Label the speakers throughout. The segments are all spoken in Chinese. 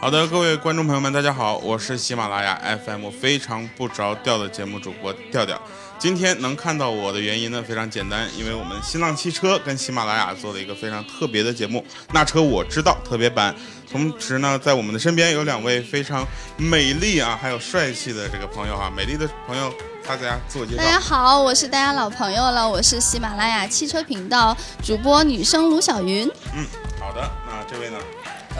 Speaker 1: 好的，各位观众朋友们，大家好，我是喜马拉雅 FM 非常不着调的节目主播调调。今天能看到我的原因呢，非常简单，因为我们新浪汽车跟喜马拉雅做了一个非常特别的节目《那车我知道》特别版。同时呢，在我们的身边有两位非常美丽啊，还有帅气的这个朋友哈、美丽的朋友，大家自我介绍
Speaker 2: 大。家好，我是大家老朋友了，我是喜马拉雅汽车频道主播女生卢晓云。
Speaker 1: 嗯，好的，那这位呢？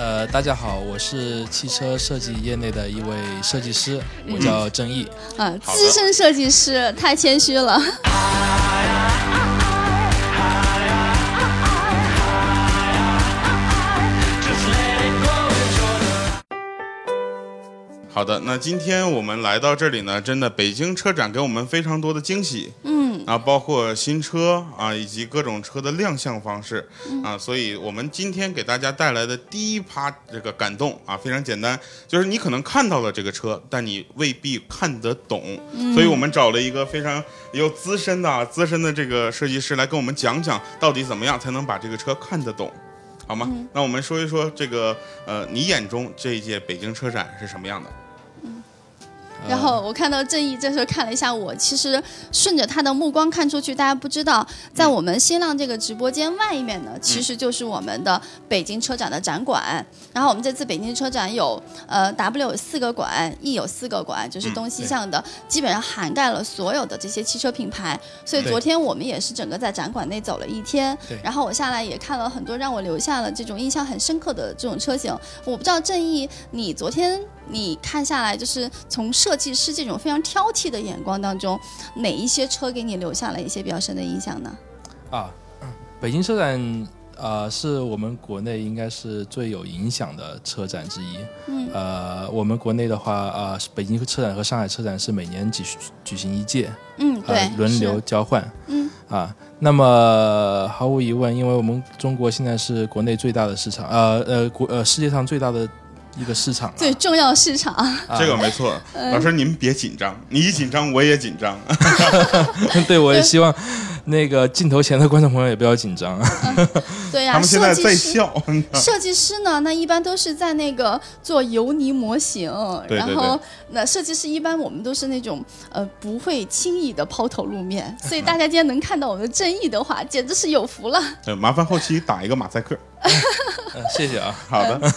Speaker 3: 呃，大家好，我是汽车设计业内的一位设计师，
Speaker 2: 嗯
Speaker 3: 我叫郑毅。
Speaker 2: 啊，
Speaker 1: 好的
Speaker 2: 资深设计师，太谦虚了。
Speaker 1: 好的，那今天我们来到这里呢，真的北京车展给我们非常多的惊喜，嗯，啊，包括新车啊，以及各种车的亮相方式，
Speaker 2: 嗯
Speaker 1: 啊，所以我们今天给大家带来的第一趴这个感动啊，非常简单，就是你可能看到了这个车，但你未必看得懂，
Speaker 2: 嗯
Speaker 1: 所以我们找了一个非常有资深的、啊、资深的这个设计师来跟我们讲讲，到底怎么样才能把这个车看得懂。好吗？
Speaker 2: 嗯
Speaker 1: 那我们说一说这个，呃，你眼中这一届北京车展是什么样的？
Speaker 2: 然后我看到正义这时候看了一下我，其实顺着他的目光看出去，大家不知道，在我们新浪这个直播间外面
Speaker 1: 嗯
Speaker 2: 呢，其实就是我们的北京车展的展馆。然后我们这次北京车展有呃 W 有四个馆，E 有四个馆，就是
Speaker 1: 嗯
Speaker 2: 东西向的，基本上涵盖了所有的这些汽车品牌。所以
Speaker 3: 对
Speaker 2: 昨天我们也是整个在展馆内走了一天
Speaker 3: 对，
Speaker 2: 然后我下来也看了很多让我留下了这种印象很深刻的这种车型。我不知道正义，你昨天你看下来，就是从设计师这种非常挑剔的眼光当中，哪一些车给你留下了一些比较深的印象呢？
Speaker 3: 啊，北京车展呃是我们国内应该是最有影响的车展之一。嗯，呃，我们国内的话，呃，北京车展和上海车展是每年举举行一届，
Speaker 2: 嗯，
Speaker 3: 呃
Speaker 2: 对，，
Speaker 3: 轮
Speaker 2: 是
Speaker 3: 流。交换。
Speaker 2: 嗯，
Speaker 3: 啊，那么毫无疑问，因为我们中国现在是国内最大的市场，呃呃国呃世界上最大的一个市场、啊。
Speaker 2: 最重要市场，
Speaker 1: 这个没错，
Speaker 2: 呃
Speaker 1: 老师您别紧张，你一紧
Speaker 2: 嗯
Speaker 1: 张我也紧张。
Speaker 3: 对，我也希望那个镜头前的观众朋友也不要紧张 啊。
Speaker 2: 对呀、
Speaker 1: 他们现在
Speaker 2: 设计
Speaker 1: 在
Speaker 2: 师。
Speaker 1: 笑，你知道吗
Speaker 2: 设计师呢，那一般都是在那个做油泥模型，
Speaker 1: 对对
Speaker 2: 然后那设计师一般我们都是那种呃不会轻易的抛头 露面，所以大家今天能看到我们的正义的话，简直是有福 了。
Speaker 1: 对，呃麻烦后期打一个马赛克。
Speaker 3: 嗯谢谢啊。
Speaker 1: 好 的，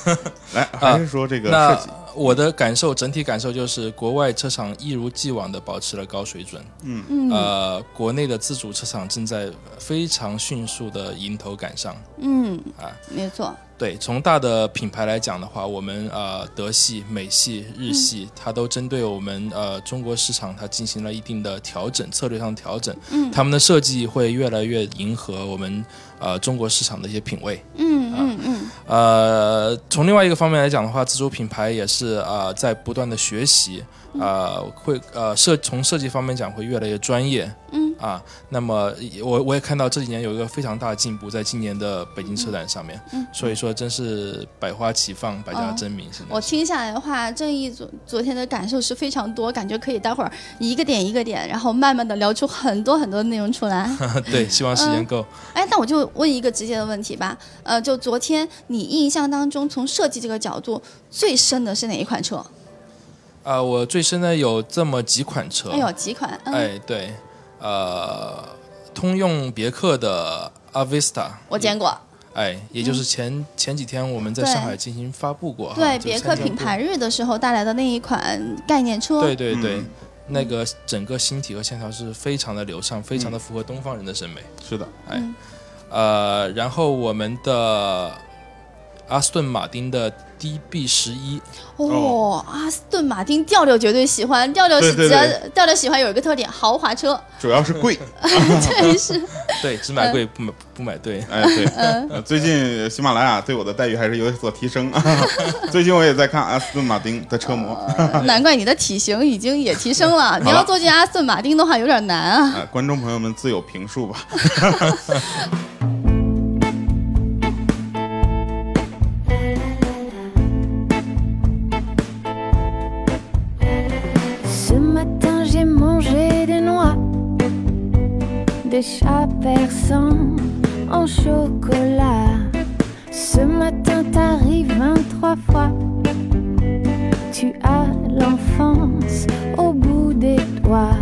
Speaker 1: 来，还是说这个
Speaker 3: 那
Speaker 1: 设计，
Speaker 3: 我的感受，整体感受就是，国外车厂一如既往的保持了高水准。嗯嗯。呃，国内的自主车厂正在非常迅速的迎头赶上。
Speaker 2: 嗯，
Speaker 3: 啊
Speaker 2: 没错，
Speaker 3: 对，从大的品牌来讲的话，我们呃德系、美系、日系，它都针对我们呃中国市场，它进行了一定的调整，策略上的调整。嗯，他们的设计会越来越迎合我们呃中国市场的一些品味。
Speaker 2: 嗯嗯嗯，
Speaker 1: 啊
Speaker 3: 呃，从另外一个方面来讲的话，自主品牌也是呃在不断的学习，
Speaker 2: 嗯
Speaker 3: 呃会呃设从设计方面讲会越来越专业，嗯啊，那么我我也看到这几年有一个非常大的进步，在今年的北京车展上面，
Speaker 2: 嗯
Speaker 3: 所以说真是百花齐放，百家争鸣，现在
Speaker 2: 我听下来的话，正义昨昨天的感受是非常多，感觉可以待会儿一个点一个点，然后慢慢的聊出很多很多内容出来。
Speaker 3: 对，
Speaker 2: 嗯
Speaker 3: 希望时间够。
Speaker 2: 哎，那我就问一个直接的问题吧，呃，就昨天你印象当中，从设计这个角度最深的是哪一款车？
Speaker 3: 啊、我最深的有这么几款车，
Speaker 2: 哎呦，几款？嗯，
Speaker 3: 哎对，呃，通用别克的 Avista，
Speaker 2: 我见过，
Speaker 3: 哎，也就是前、前几天我们
Speaker 2: 嗯
Speaker 3: 在
Speaker 2: 对
Speaker 3: 上海进行发布过哈，
Speaker 2: 对，
Speaker 3: 就
Speaker 2: 别
Speaker 3: 参
Speaker 2: 克
Speaker 3: 加
Speaker 2: 品
Speaker 3: 过，
Speaker 2: 牌日的时候带来的那一款概念车。
Speaker 3: 对对对，
Speaker 1: 嗯
Speaker 3: 那个整个芯体和线条是非常的流畅，非常的符合东方人的审美。
Speaker 1: 是的，
Speaker 3: 呃，然后我们的阿斯顿马丁的 DB 十一，
Speaker 2: 哦，阿斯顿马丁调调绝对喜欢，调调是
Speaker 1: 对对
Speaker 2: 只要调调喜欢有一个特点，豪华车，
Speaker 1: 主要是 贵。
Speaker 2: 对是。
Speaker 3: 对，只买
Speaker 2: 嗯
Speaker 3: 贵不买不买对。
Speaker 1: 哎，对，呃最近喜马拉雅对我的待遇还是有所提升 啊。最近我也在看阿斯顿马丁的车模，
Speaker 2: 难怪你的体型已经也提升了。你要坐进阿斯顿马丁的话，有点难啊。
Speaker 1: 啊，观众朋友们自有评述吧。
Speaker 4: Ce matin j'ai mangé des noix, des chats persans en chocolat. Ce matin t'arrives 23 fois, tu as l'enfance au bout des doigts.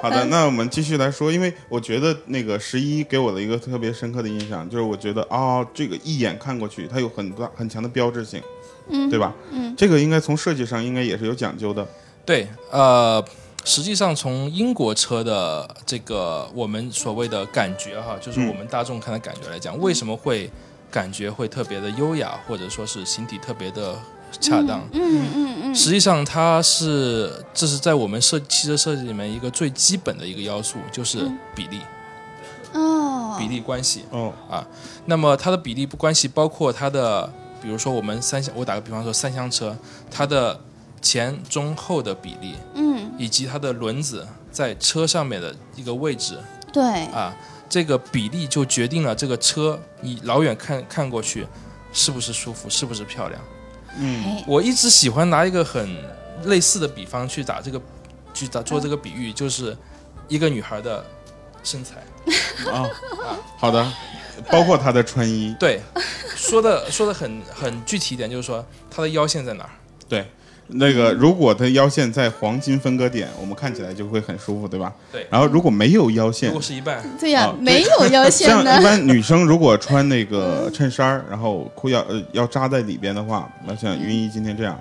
Speaker 1: 好的，那我们继续来说，因为我觉得那个十一给我的一个特别深刻的印象，就是我觉得哦，这个一眼看过去，它有很大很强的标志性，嗯，对吧？嗯，这个应该从设计上应该也是有讲究的，
Speaker 3: 对，呃，实际上从英国车的这个我们所谓的感觉哈，就是我们大众看的感觉来讲，为什么会感觉会特别的优雅，或者说是形体特别的恰当？
Speaker 2: 嗯嗯嗯，
Speaker 3: 实际上，它是这是在我们设汽车设计里面一个最基本的一个要素，就是比例、
Speaker 2: 嗯哦，
Speaker 3: 比例关系。
Speaker 1: 哦，
Speaker 3: 那么它的比例不关系包括它的，比如说我们三厢，我打个比方说三厢车，它的前中后的比例，
Speaker 2: 嗯，
Speaker 3: 以及它的轮子在车上面的一个位置
Speaker 2: 对，
Speaker 3: 啊，这个比例就决定了这个车你老远看看过去是不是舒服，是不是漂亮。
Speaker 1: 嗯，
Speaker 2: 哎，
Speaker 3: 我一直喜欢拿一个很类似的比方去打这个，去打做这个比喻，就是一个女孩的身材。
Speaker 1: 啊， 好的，包括她的穿衣，
Speaker 3: 对，说的 说的很很具体一点，就是说她的腰线在哪儿？
Speaker 1: 对，那个如果她腰线在黄金分割点，我们看起来就会很舒服，对吧？
Speaker 3: 对
Speaker 1: 然后如果没有腰
Speaker 3: 如
Speaker 1: 线
Speaker 3: 果，是一半，
Speaker 2: 对呀、
Speaker 1: 哦对
Speaker 2: 没有腰
Speaker 1: 像
Speaker 2: 线
Speaker 1: 一
Speaker 2: 的，
Speaker 1: 般女生如果穿那个衬衫儿，然后裤腰呃要扎在里边的话，那像云姨今天这样。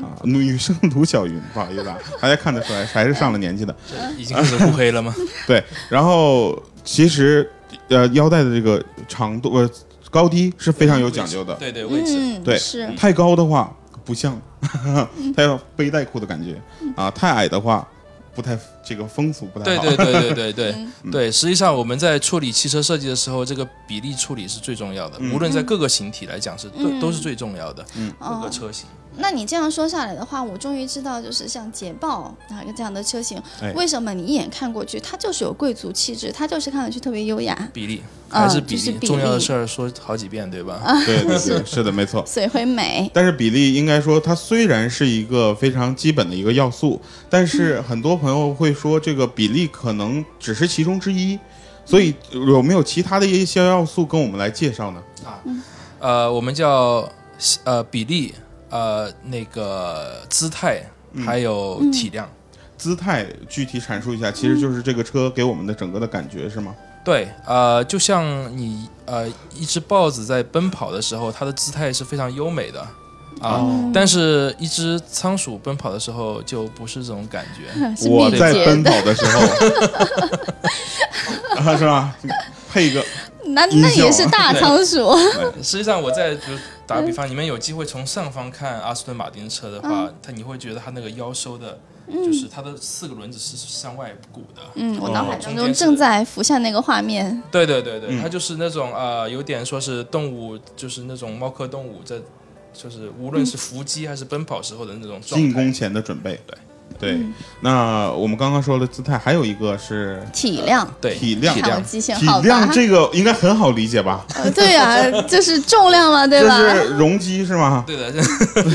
Speaker 1: 啊，女生卢小云，不好意思啊，大家看得出来还是上了年纪的。
Speaker 3: 已经是互黑了吗？
Speaker 1: 对，然后其实，呃，腰带的这个长度呃高低是非常有讲究的。
Speaker 3: 对对，位置。
Speaker 2: 嗯，
Speaker 1: 对
Speaker 2: 是，
Speaker 1: 太高的话不像， 它要背带裤的感觉啊；太矮的话不太这个风俗不太
Speaker 3: 对
Speaker 1: 好。
Speaker 3: 对对对对对
Speaker 2: 嗯
Speaker 1: 嗯
Speaker 3: 对，实际上我们在处理汽车设计的时候，这个比例处理是最重要的，
Speaker 1: 嗯
Speaker 3: 无论在各个形体来讲是都都是最重要的，各个
Speaker 2: 嗯哦，
Speaker 3: 车型。
Speaker 2: 那你这样说下来的话，我终于知道，就是像捷豹啊这样的车型，
Speaker 1: 哎
Speaker 2: 为什么你一眼看过去，它就是有贵族气质，它就是看上去特别优雅，
Speaker 3: 比例
Speaker 2: 啊
Speaker 3: 还是比
Speaker 2: 就是
Speaker 3: 例，
Speaker 2: 比例啊
Speaker 3: 重要的事儿说好几遍，对吧？
Speaker 1: 对对对，是的，没错。
Speaker 2: 所以会美。
Speaker 1: 但是比例应该说，它虽然是一个非常基本的一个要素，但是很多朋友会说，这个比例可能只是其中之一。所以有没有其他的一些要素跟我们来介绍呢？
Speaker 3: 呃，我们叫呃比例，呃那个姿态，
Speaker 1: 嗯
Speaker 3: 还有
Speaker 2: 嗯
Speaker 3: 体量。
Speaker 1: 姿态具体阐述一下，其实就是这个车给我们的整个的感觉是吗？
Speaker 3: 对，呃，就像你呃一只豹子在奔跑的时候，它的姿态是非常优美的啊，
Speaker 1: 哦
Speaker 3: 但是一只仓鼠奔跑的时候就不是这种感觉。
Speaker 2: 是
Speaker 1: 我
Speaker 2: 敏
Speaker 1: 在
Speaker 2: 捷
Speaker 1: 奔
Speaker 2: 的，
Speaker 1: 跑的时 候，啊，是吧？配一个
Speaker 2: 那
Speaker 1: 音
Speaker 2: 那
Speaker 1: 效
Speaker 2: 也是大仓鼠，
Speaker 3: 实际上，我在就打个比方，你们有机会从上方看阿斯顿马丁车的话，
Speaker 1: 嗯
Speaker 3: 它你会觉得它那个腰收的，就是它的四个轮子是向外鼓的。
Speaker 2: 嗯，我脑海当
Speaker 3: 中
Speaker 2: 中
Speaker 3: 间是
Speaker 2: 正在浮现那个画面，
Speaker 3: 对对对
Speaker 1: 嗯
Speaker 3: 对，它就是那种呃，有点说是动物，就是那种猫科动物在，就是无论是伏击还是奔跑时候的那种状态。
Speaker 1: 进攻前的准备。对对，
Speaker 2: 嗯
Speaker 1: 那我们刚刚说了姿态，还有一个是
Speaker 2: 体量。
Speaker 3: 对
Speaker 1: 体量
Speaker 3: 体
Speaker 2: 看我
Speaker 3: 量，
Speaker 2: 记性
Speaker 1: 体
Speaker 2: 好吧
Speaker 1: 量，？这个应该很好理解吧？
Speaker 2: 呃对呀、 就是重量嘛，对
Speaker 1: 就
Speaker 2: 吧？
Speaker 1: 是容积是吗？
Speaker 3: 对的，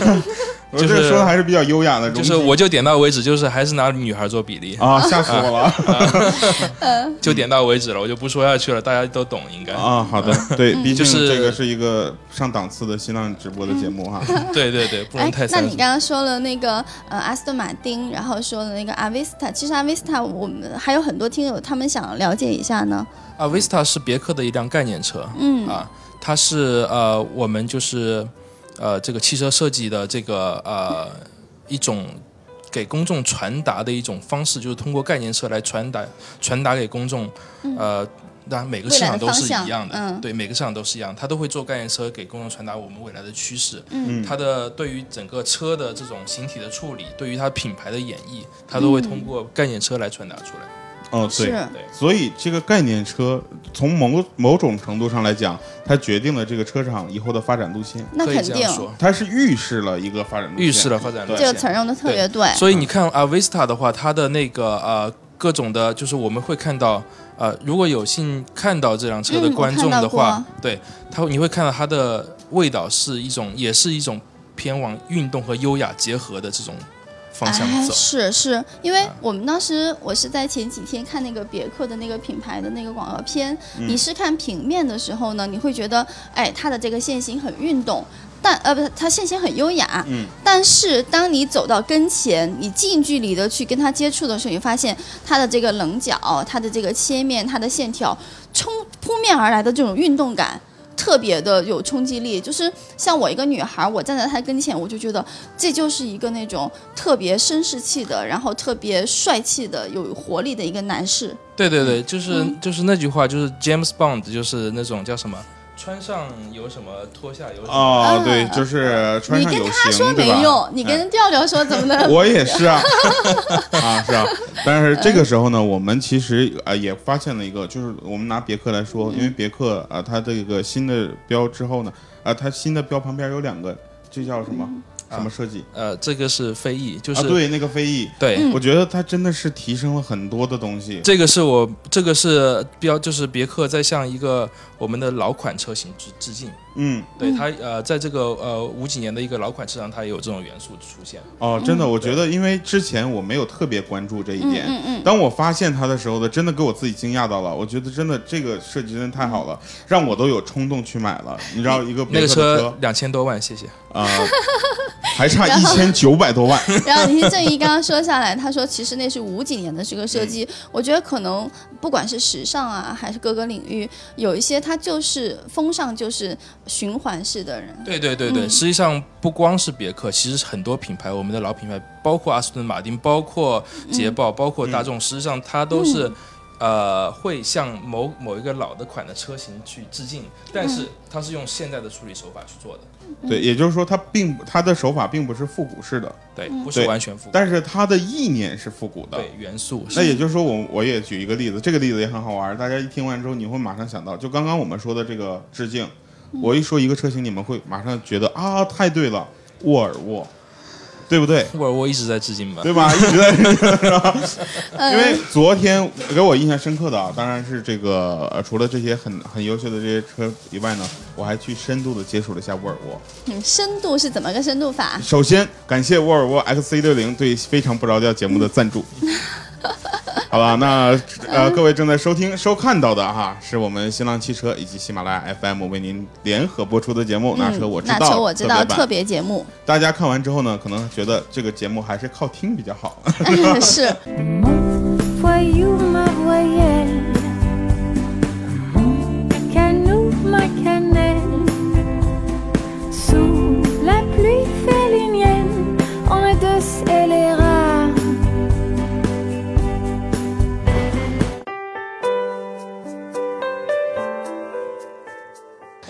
Speaker 1: 我
Speaker 3: 就是
Speaker 1: 这说的还是比较优雅的，容
Speaker 3: 就
Speaker 1: 积
Speaker 3: 是我就点到为止，就是还是拿女孩做比例，
Speaker 1: 啊，吓死我 了
Speaker 3: 就点到为止了，我就不说下去了，大家都懂应该。
Speaker 1: 啊！好的，对，毕
Speaker 3: 嗯
Speaker 1: 竟
Speaker 3: 就是
Speaker 1: 这个是一个上档次的新浪直播的节目哈。
Speaker 3: 对对对，不能
Speaker 2: 哎
Speaker 3: 太，
Speaker 2: 那
Speaker 3: 三
Speaker 2: 你
Speaker 3: 俗。
Speaker 2: 刚刚说了那个呃阿斯顿马丁，然后说了那个阿维斯塔，其实阿维斯塔我们还有很多听友他们想了解一下呢。
Speaker 3: 啊，Vista 是别克的一辆概念车，
Speaker 2: 嗯
Speaker 3: 啊，它是呃我们就是呃这个汽车设计的这个呃一种给公众传达的一种方式，就是通过概念车来传达传达给公众，呃。当然，每个市场都是
Speaker 2: 嗯
Speaker 3: 一
Speaker 2: 未来
Speaker 3: 样
Speaker 2: 的
Speaker 3: 的，
Speaker 2: 方向嗯
Speaker 3: 对，每个市场都是一样，它都会做概念车给公众传达我们未来的趋势。
Speaker 1: 嗯
Speaker 3: 它的对于整个车的这种形体的处理，对于它品牌的演绎，它
Speaker 2: 嗯
Speaker 3: 都会通过概念车来传达出来。
Speaker 1: 哦，对
Speaker 2: 是，，
Speaker 1: 所以这个概念车从某某种程度上来讲，它决定了这个车厂以后的发展路线，
Speaker 2: 那
Speaker 3: 可以
Speaker 2: 肯
Speaker 3: 这
Speaker 2: 定
Speaker 3: 样，说，
Speaker 1: 它是预示了一个发展路线，
Speaker 3: 预示了发展路
Speaker 1: 对
Speaker 2: 这个
Speaker 3: 线。
Speaker 2: 词儿用的特别对。
Speaker 3: 所以你看啊，Vista 的话，它的那个呃各种的，就是我们会看到，呃，如果有幸看到这辆车的
Speaker 2: 嗯
Speaker 3: 观众的
Speaker 2: 我看
Speaker 3: 话，
Speaker 2: 到
Speaker 3: 对它你会看到它的味道是一种，也是一种偏往运动和优雅结合的这种方向
Speaker 2: 哎，
Speaker 3: 走。啊
Speaker 2: 是是，因为我们当时我是在前几天看那个别克的那个品牌的那个广
Speaker 3: 嗯
Speaker 2: 告片，你是看平面的时候呢，你会觉得，哎，它的这个线型很运动，但呃不，它线型很优雅，
Speaker 1: 嗯，
Speaker 2: 但是当你走到跟前，你近距离的去跟它接触的时候，你发现它的这个棱角、它的这个切面、它的线条冲扑面而来的这种运动感。特别的有冲击力，就是像我一个女孩，我站在她跟前，我就觉得这就是一个那种特别绅士气的，然后特别帅气的、有活力的一个男士。
Speaker 3: 对对
Speaker 2: 嗯
Speaker 3: 对，就是、就是那句话，就是 James Bond，就是那种叫什么，穿上有什么，脱下有什么。
Speaker 1: 哦
Speaker 2: 啊，
Speaker 1: 对，就是穿
Speaker 2: 你
Speaker 1: 上
Speaker 2: 跟
Speaker 1: 有
Speaker 2: 他说
Speaker 1: 型，对
Speaker 2: 没
Speaker 1: 吧嗯
Speaker 2: 用？，你跟调调说怎么
Speaker 1: 哎
Speaker 2: 能？
Speaker 1: 我也是 啊，啊是啊，但是这个时候呢，我们其实啊、呃也发现了一个，就是我们拿别克来说，因为别克啊、它这个新的标之后呢，啊、它新的标旁边有两个，这叫什
Speaker 2: 嗯
Speaker 1: 么、什么设计？
Speaker 3: 呃，这个是非议，就是、
Speaker 1: 啊，对，那个飞翼，
Speaker 3: 对
Speaker 2: 嗯
Speaker 1: 我觉得它真的是提升了很多的东西。
Speaker 3: 这个是我这个是标，就是别克在向一个我们的老款车型致致敬。
Speaker 1: 嗯，
Speaker 3: 对它呃，在这个呃五几年的一个老款车上，它也有这种元素出现。
Speaker 1: 哦，真的，我觉得因为之前我没有特别关注这一点，
Speaker 2: 嗯嗯
Speaker 1: 当我发现它的时候呢，真的给我自己惊讶到了。我觉得真的这个设计真的太好了，让我都有冲动去买了。你知道一个
Speaker 3: 那
Speaker 1: 别
Speaker 3: 个
Speaker 1: 克的
Speaker 3: 车两千多万，谢谢。
Speaker 1: 啊、 还差一千九百多万。
Speaker 2: 嗯然后林正义刚刚说下来，他说其实那是五几年的这个设
Speaker 1: 嗯
Speaker 2: 计，我觉得可能不管是时尚啊，还是各个领域，有一些它就是风尚就是循环式的人。
Speaker 3: 对对对对，嗯实际上不光是别克，其实很多品牌，我们的老品牌，包括阿斯顿马丁，包括捷
Speaker 1: 嗯
Speaker 3: 豹，包括大众，实际上它都是。呃，会向某某一个老的款的车型去致敬，但
Speaker 1: 嗯
Speaker 3: 是它是用现代的处理手法去做的，
Speaker 1: 对，也就是说它并不它的手法并不是复古式的，
Speaker 3: 对，不
Speaker 1: 嗯对
Speaker 3: 是完全复古，
Speaker 1: 但是它的意念是复古的。
Speaker 3: 对元素是
Speaker 1: 那也就是说我，我也举一个例子，这个例子也很好玩儿，大家一听完之后，你会马上想到，就刚刚我们说的这个致敬，我一说一个车型，你们会马上觉得啊，太对了，沃尔沃，对不对？
Speaker 3: 沃尔沃一直在致 敬吧？
Speaker 1: 对吧？一直在，
Speaker 2: 嗯
Speaker 1: 因为昨天给我印象深刻的啊，当然是这个，呃、除了这些很很优秀的这些车以外呢，我还去深度的接触了一下沃尔沃。
Speaker 2: 嗯，深度是怎么个深度法？
Speaker 1: 首先感谢沃尔沃 XC 6 0对非常不着调节目的 赞助。好吧，那呃，各位正在收听、收看到的哈，是我们新浪汽车以及喜马拉雅 FM 为您联合播出的节目《那车我知道》
Speaker 2: 嗯那车我知道，
Speaker 1: 特别版。
Speaker 2: 特别 节目
Speaker 1: 大家看完之后呢，可能觉得这个节目还是靠听比较好。
Speaker 2: 是，
Speaker 4: Mon voyou, ma voyelle, mon canot, ma cannelle, sous la pluie félinienne, on est deux scélérats.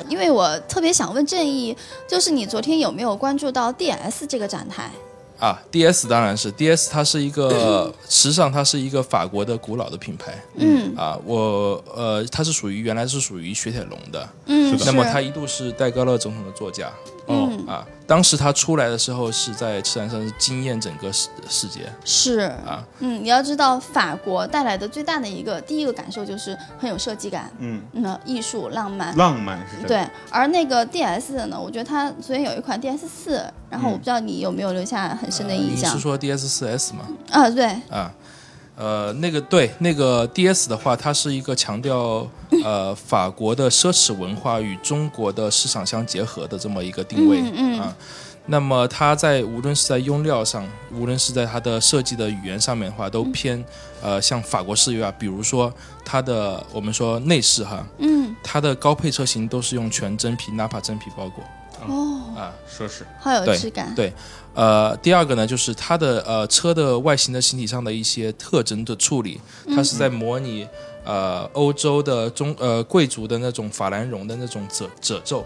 Speaker 2: 因为我特别想问正义，就是你昨天有没有关注到 DS 这个展台？
Speaker 3: 啊，DS 当然是 DS，它是一 个时尚，它是一个法国的古老的品牌。嗯啊，我呃，它是属于原来是属于雪铁龙的，
Speaker 2: 嗯，
Speaker 3: 那么
Speaker 2: 是嗯
Speaker 3: 它一度是戴高乐总统的座驾。哦啊，当时它出来的时候是在车展上是惊艳整个世世界。
Speaker 2: 是
Speaker 3: 啊
Speaker 2: 嗯，你要知道法国带来的最大的一个第一个感受就是很有设计感，
Speaker 1: 嗯，
Speaker 2: 嗯，艺术浪漫。
Speaker 1: 浪漫是真的。
Speaker 2: 对，而那个 DS 的呢，我觉得它昨天有一款 DS 四，然后我不知道你有没有留下很深的
Speaker 3: 嗯呃
Speaker 2: 印
Speaker 3: 你
Speaker 2: 象
Speaker 3: 是说 DS 四 S 吗？
Speaker 2: 啊？对，
Speaker 3: 啊，呃，那个对，那个 DS 的话，它是一个强调呃法国的奢侈文化与中国的市场相结合的这么一个
Speaker 2: 嗯
Speaker 3: 定位、啊。那么它在无论是在用料上，无论是在它的设计的语言上面的话，都偏、呃像法国式啊，比如说它的我们说内饰哈，嗯，它的高配车型都是用全真皮 Napa 真皮包裹，
Speaker 1: 说是
Speaker 2: 哦好有
Speaker 3: 啊对
Speaker 2: 质感。
Speaker 3: 对，呃，第二个呢，就是它的呃车的外形的形体上的一些特征的处理，它是在模拟呃欧洲的中呃贵族的那种法兰绒的那种褶褶皱。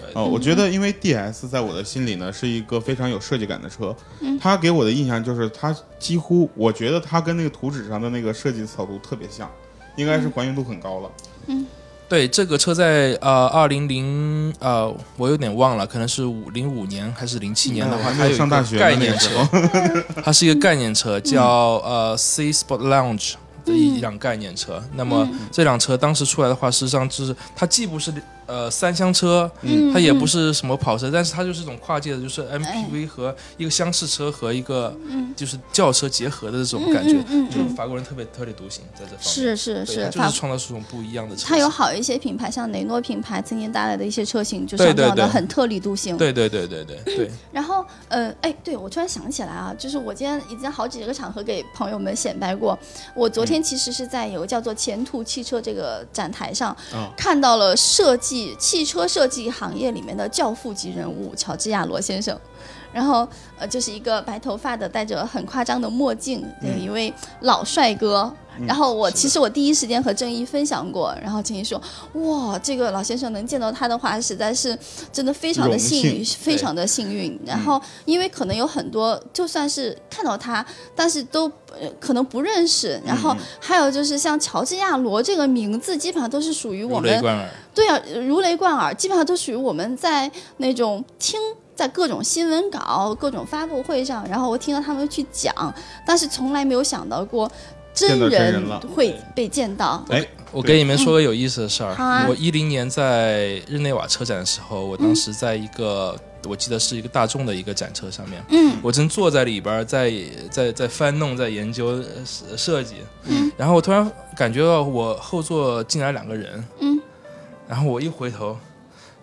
Speaker 3: 对
Speaker 1: 哦，我觉得因为 DS 在我的心里呢是一个非常有设计感的车，它给我的印象就是它几乎，我觉得它跟那个图纸上的那个设计草图特别像，应该是还原度很高了。
Speaker 3: 嗯
Speaker 1: 哎
Speaker 3: 对，这个车在呃二零零呃，我有点忘了，可能是五零五年还是零七年的话，
Speaker 1: 嗯
Speaker 3: 它有一
Speaker 1: 上
Speaker 3: 个
Speaker 1: 大学的
Speaker 3: 概
Speaker 1: 那
Speaker 3: 念
Speaker 1: 个时
Speaker 3: 车，它是一个概念车，叫呃 C Sport Lounge。的一一辆概念车。那么这辆车当时出来的话，事实上就是它既不是呃三厢车，它也不是什么跑车，但是它就是一种跨界的，就是 MPV 和一个厢式车和一个就是轿车结合的这种感觉，就是法国人特别特立独行在这方面。
Speaker 2: 嗯是是
Speaker 3: 对
Speaker 2: 是，
Speaker 3: 它就
Speaker 2: 法
Speaker 3: 是创造出一种不一样的车型。
Speaker 2: 它有好一些品牌，像雷诺品牌曾经带来的一些车型，就
Speaker 3: 对
Speaker 2: 上
Speaker 3: 对
Speaker 2: 涨的
Speaker 3: 对
Speaker 2: 很特立独行。
Speaker 3: 对对对对对对，
Speaker 2: 然后，呃，哎，对我突然想起来啊，就是我今天已经好几个场合给朋友们显摆过，我昨天其实是在有个叫做“前途汽车”这个展台上，
Speaker 1: 哦
Speaker 2: 嗯看到了设计汽车设计行业里面的教父级人物乔治亚罗先生。然后，呃，就是一个白头发的，戴着很夸张的墨镜，有一位老帅哥。然后我其实我第一时间和郑怡分享过，然后郑怡说：“哇，这个老先生能见到他的话，实在是真的非常的
Speaker 1: 荣
Speaker 2: 幸
Speaker 1: 幸
Speaker 2: 运，非常的幸运。然后，因为可能有很多，就算是看到他，但是都、呃可能不认识。然后还有就是像乔治亚罗这个名字，基本上都是属于我
Speaker 3: 如雷
Speaker 2: 们
Speaker 3: 贯耳。
Speaker 2: 对啊，如雷贯耳，基本上都属于我们在那种听。在各种新闻稿、各种发布会上，然后我听到他们去讲，但是从来没有想到过真
Speaker 1: 见到真
Speaker 2: 人
Speaker 1: 人了
Speaker 2: 会被见到。
Speaker 1: 哎，
Speaker 3: 我给你们说个有意思的事儿。
Speaker 2: 好啊
Speaker 3: 我一零年在日内瓦车展的时候，我当时在一个、我记得是一个大众的一个展车上面，
Speaker 2: 嗯，
Speaker 3: 我正坐在里边儿在在在翻弄，在研究呃设设计，嗯，然后我突然感觉到我后座进来两个人，
Speaker 2: 嗯，
Speaker 3: 然后我一回头。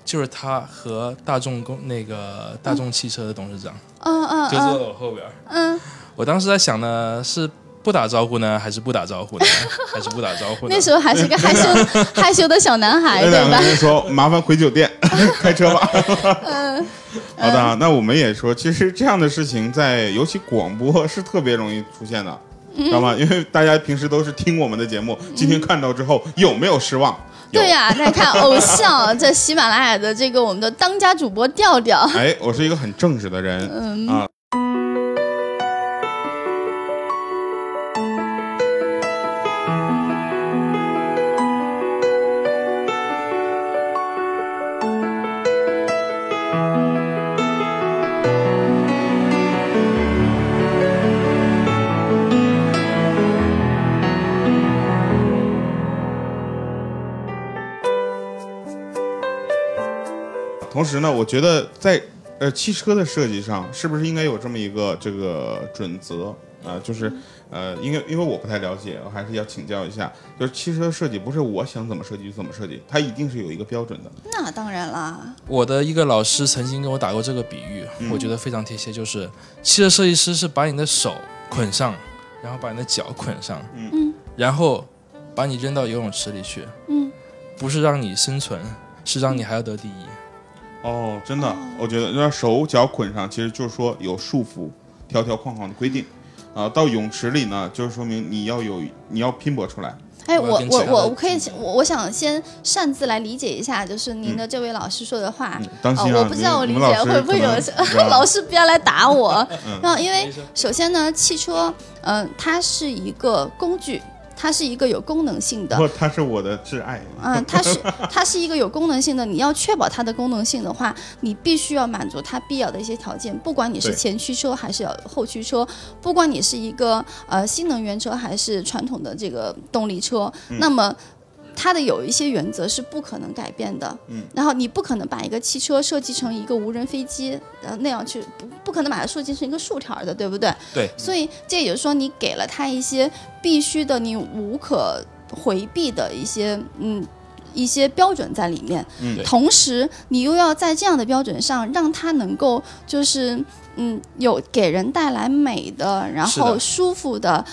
Speaker 3: 就是他和大众公那个大众汽车的董事长，
Speaker 2: 嗯嗯
Speaker 3: 就坐
Speaker 2: 嗯
Speaker 3: 在我后边儿。
Speaker 2: 嗯，
Speaker 3: 我当时在想呢，是不打招呼呢，还是不打招呼呢， 还是不打招呼呢？
Speaker 2: 那时候还是个害羞害羞的小男孩，
Speaker 1: 那两个
Speaker 2: 对吧？
Speaker 1: 人 说：“麻烦回酒店，开车吧。”
Speaker 2: 嗯
Speaker 1: 好的啊，那我们也说，其实这样的事情在尤其广播是特别容易出现的，
Speaker 2: 嗯
Speaker 1: 知道吗？因为大家平时都是听我们的节目，今天看到之后有没有失望？有
Speaker 2: 对。呀、大家看偶像，这喜马拉雅的这个我们的当家主播调调，
Speaker 1: 哎，我是一个很正直的人啊。同时呢，我觉得在呃汽车的设计上，是不是应该有这么一个这个准则啊、就是
Speaker 2: 嗯
Speaker 1: 呃，因为因为我不太了解，我还是要请教一下。就是汽车设计不是我想怎么设计就怎么设计，它一定是有一个标准的。
Speaker 2: 那当然啦，
Speaker 3: 我的一个老师曾经跟我打过这个比喻，我觉得非常贴切，就是汽车设计师是把你的手捆上，然后把你的脚捆上，嗯，然后把你扔到游泳池里去，嗯，不是让你生存，是让你还要得第一。
Speaker 1: 哦，真的，我觉得让手脚捆上，其实就是说有束缚、条条框框的规定。啊、到泳池里呢，就是说明你要有，你要拼搏出来。
Speaker 2: 哎，
Speaker 3: 我
Speaker 2: 我
Speaker 3: 要跟
Speaker 2: 我
Speaker 3: 其他
Speaker 2: 我
Speaker 3: 的
Speaker 2: 我可以
Speaker 3: 听，众嗯
Speaker 2: 我我想先擅自来理解一下，就是您的这位老师说的话。
Speaker 1: 嗯当心啊，
Speaker 2: 哦，我不知道我理
Speaker 1: 你
Speaker 2: 解
Speaker 1: 们老师
Speaker 2: 会不会有
Speaker 1: 可能是
Speaker 3: 嗯
Speaker 1: 吧
Speaker 2: 老师不要来打我。
Speaker 1: 嗯
Speaker 2: 然后，因为首先呢，汽车，嗯、它是一个工具，它是一个有功能性的
Speaker 1: 不，，他是我的挚爱。 啊
Speaker 2: 嗯，它是它是一个有功能性的，你要确保它的功能性的话，你必须要满足它必要的一些条件，不管你是
Speaker 1: 对
Speaker 2: 前驱车还是要后驱车，不管你是一个呃新能源车还是传统的这个动力车，那么。它的有一些原则是不可能改变的，嗯，然后你不可能把一个汽车设计成一个无人飞机，呃，那样去不不可能把它设计成一个竖条儿的，对不对？
Speaker 3: 对，
Speaker 2: 所以这也就是说，你给了他一些必须的、你无可回避的一些嗯一些标准在里面。
Speaker 1: 嗯
Speaker 3: 对
Speaker 2: 同时你又要在这样的标准上，让它能够就是嗯有给人带来美的，然
Speaker 3: 是的
Speaker 2: 后舒服的，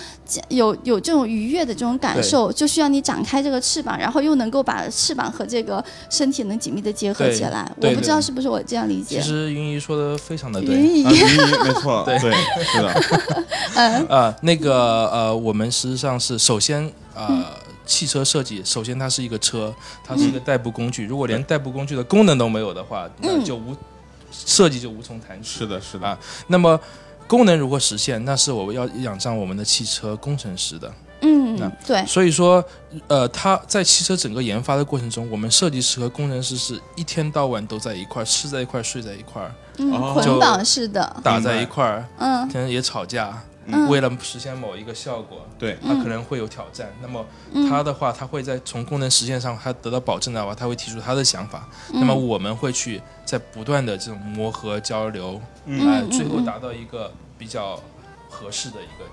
Speaker 2: 有有这种愉悦的这种感
Speaker 3: 对
Speaker 2: 受，就需要你展开这个翅膀，然后又能够把翅膀和这个身体能紧密的结合
Speaker 3: 对
Speaker 2: 起来。我
Speaker 3: 对
Speaker 2: 不
Speaker 3: 对
Speaker 2: 知道是不是我这样理
Speaker 3: 其
Speaker 2: 解。
Speaker 3: 实云姨说的非常的对，
Speaker 2: 云姨
Speaker 1: 啊，你没错，
Speaker 3: 对
Speaker 1: 对，是的。
Speaker 3: 呃，那个呃，我们实际上是首先呃。汽车设计，首先它是一个车，它是一个代步工具。如果连代步工具的功能都没有的话，那就无、设计就无从谈起。
Speaker 1: 是的，是的，
Speaker 3: 啊那么功能如何实现？那是我们要仰仗我们的汽车工程师的。
Speaker 2: 嗯，对，
Speaker 3: 所以说，呃，它在汽车整个研发的过程中，我们设计师和工程师是一天到晚都在一块儿，吃在一块儿，睡在一块儿，
Speaker 2: 嗯，
Speaker 1: 哦
Speaker 2: 捆
Speaker 3: 就
Speaker 2: 绑式的，
Speaker 3: 打在一块儿，
Speaker 2: 嗯。
Speaker 3: 可能也吵架，为了实现某一个效果，
Speaker 1: 对
Speaker 2: 嗯
Speaker 3: 它可能会有挑战。那么它的话，它会在从功能实现上它得到保证的话，它会提出它的想法。
Speaker 2: 嗯
Speaker 3: 那么我们会去在不断的这种磨合交流，
Speaker 2: 嗯
Speaker 3: 来最后达到一个比较合适的一个，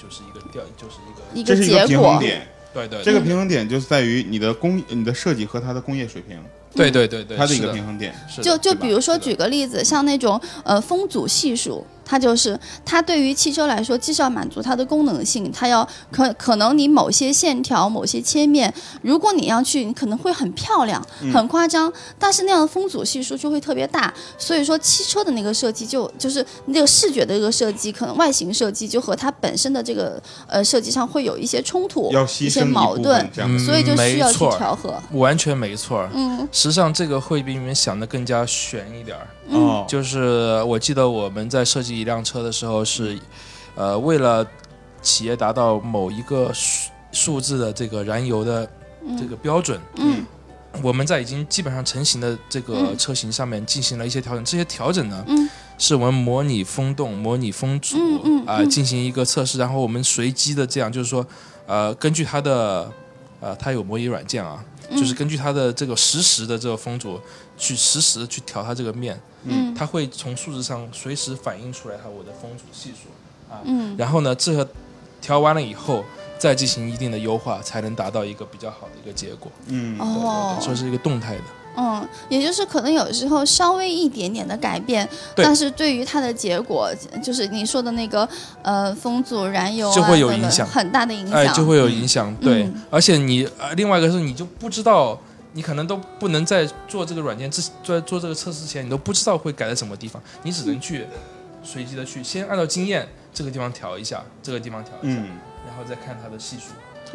Speaker 3: 就是一个调，就是一个
Speaker 2: 一
Speaker 1: 这
Speaker 2: 个
Speaker 1: 是一个
Speaker 2: 结
Speaker 1: 平衡
Speaker 2: 果，
Speaker 1: 点。
Speaker 3: 对对
Speaker 1: 这
Speaker 3: 对
Speaker 1: 个平衡点就是在于你的工、你的设计和它的工业水平，
Speaker 3: 对对对对，
Speaker 1: 它的
Speaker 3: 是
Speaker 1: 一个
Speaker 3: 的
Speaker 1: 平衡点。
Speaker 3: 是的
Speaker 2: 就就
Speaker 3: 对吧
Speaker 2: 比如说
Speaker 3: 是的
Speaker 2: 举个例子，像那种呃风阻系数，它就是它对于汽车来说，既是要满足它的功能性，它要可可能你某些线条、某些切面，如果你要去，你可能会很漂亮、
Speaker 1: 嗯
Speaker 2: 很夸张，但是那样的风阻系数就会特别大。所以说，汽车的那个设计就就是那个视觉的一个设计，可能外形设计就和它本身的这个呃设计上会有一些冲突、
Speaker 1: 要牺
Speaker 2: 一
Speaker 1: 牲
Speaker 2: 些
Speaker 1: 一
Speaker 2: 矛
Speaker 1: 部
Speaker 2: 盾
Speaker 1: 分，这
Speaker 3: 嗯
Speaker 1: 样子。
Speaker 2: 所以就需要去
Speaker 3: 没错
Speaker 2: 调和。
Speaker 3: 完全没错儿。
Speaker 2: 嗯
Speaker 3: 实际上，这个会比你们想的更加悬一点儿。
Speaker 1: 哦，
Speaker 3: 就是我记得我们在设计一辆车的时候是，呃，为了企业达到某一个数数字的这个燃油的这个标准，
Speaker 2: 嗯
Speaker 3: 我们在已经基本上成型的这个
Speaker 2: 嗯
Speaker 3: 车型上面进行了一些调整。这些调整呢，
Speaker 2: 嗯
Speaker 3: 是我们模拟风洞、模拟风阻啊、
Speaker 2: 嗯嗯
Speaker 3: 呃进行一个测试，然后我们随机的这样，就是说，呃，根据它的呃，它有模拟软件啊，
Speaker 2: 嗯
Speaker 3: 就是根据它的这个实时的这个风阻去实时地去调它这个面。
Speaker 2: 嗯
Speaker 3: 它会从数字上随时反映出来它我的风阻系数啊，
Speaker 2: 嗯
Speaker 3: 然后呢，这个调完了以后，再进行一定的优化，才能达到一个比较好的一个结果。
Speaker 1: 嗯，
Speaker 2: 哦，
Speaker 3: 所以是一个动态的，
Speaker 2: 嗯，也就是可能有时候稍微一点点的改变，
Speaker 3: 对
Speaker 2: 但是对于它的结果，就是你说的那个呃风阻、燃油、啊、
Speaker 3: 就会有
Speaker 2: 等等
Speaker 3: 影响
Speaker 2: 很大的影响，
Speaker 3: 哎，就会有影响。对
Speaker 2: 嗯，
Speaker 3: 而且你呃，另外一个是你就不知道。你可能都不能在做这个软件之在做这个测试之前，你都不知道会改在什么地方，你只能去随机的去先按照经验这个地方调一下，这个地方调一下，
Speaker 1: 嗯，
Speaker 3: 然后再看它的系数。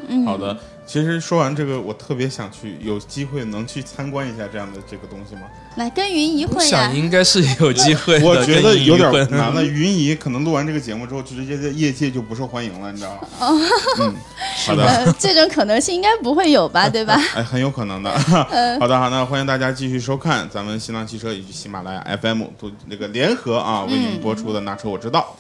Speaker 2: 嗯
Speaker 1: 好的。其实说完这个，我特别想去，有机会能去参观一下这样的这个东西吗？
Speaker 2: 来耕耘一
Speaker 3: 我
Speaker 2: 会啊呀
Speaker 3: 想、应该是有机会的，
Speaker 1: 我觉得有点
Speaker 3: 跟云嗯
Speaker 1: 难
Speaker 3: 混
Speaker 1: 了。云姨可能录完这个节目之后，就直接在业界就不受欢迎了，你知道吗？
Speaker 2: 哦
Speaker 1: 嗯，好的，
Speaker 2: 呃，这种可能性应该不会有 吧，对吧？
Speaker 1: 哎，很有可能的。
Speaker 2: 嗯
Speaker 1: 好的，好，那欢迎大家继续收看咱们新浪汽车以及喜马拉雅 FM 都那个联合啊为你们播
Speaker 2: 嗯
Speaker 1: 出的《那车我知道》。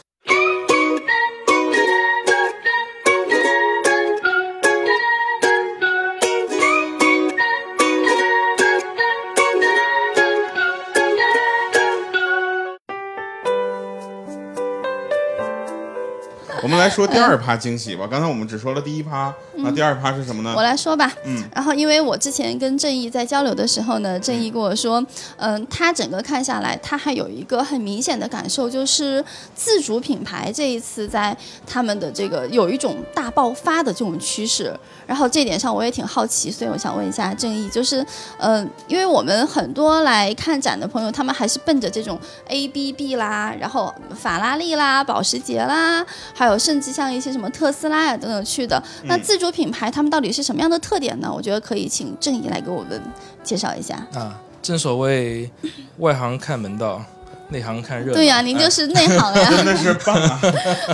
Speaker 1: 我们来说第二趴惊喜吧。刚才我们只说了第一趴，那第二趴是什么呢
Speaker 2: 嗯我？来说吧。
Speaker 1: 嗯
Speaker 2: 然后因为我之前跟正义在交流的时候呢，正义跟我说，嗯、他整个看下来，他还有一个很明显的感受，就是自主品牌这一次在他们的这个有一种大爆发的这种趋势。然后这点上我也挺好奇，所以我想问一下正义，就是，嗯、因为我们很多来看展的朋友，他们还是奔着这种 A B B 啦，然后法拉利啦、保时捷啦，还有甚至像一些什么特斯拉呀等等去的。那自主品牌他们到底是什么样的特点呢？我觉得可以请正义来给我们介绍一下。
Speaker 3: 啊，正所谓外行看门道，内行看热闹。
Speaker 2: 对呀、您就是内行
Speaker 1: 真
Speaker 2: 呀。
Speaker 1: 的是棒啊！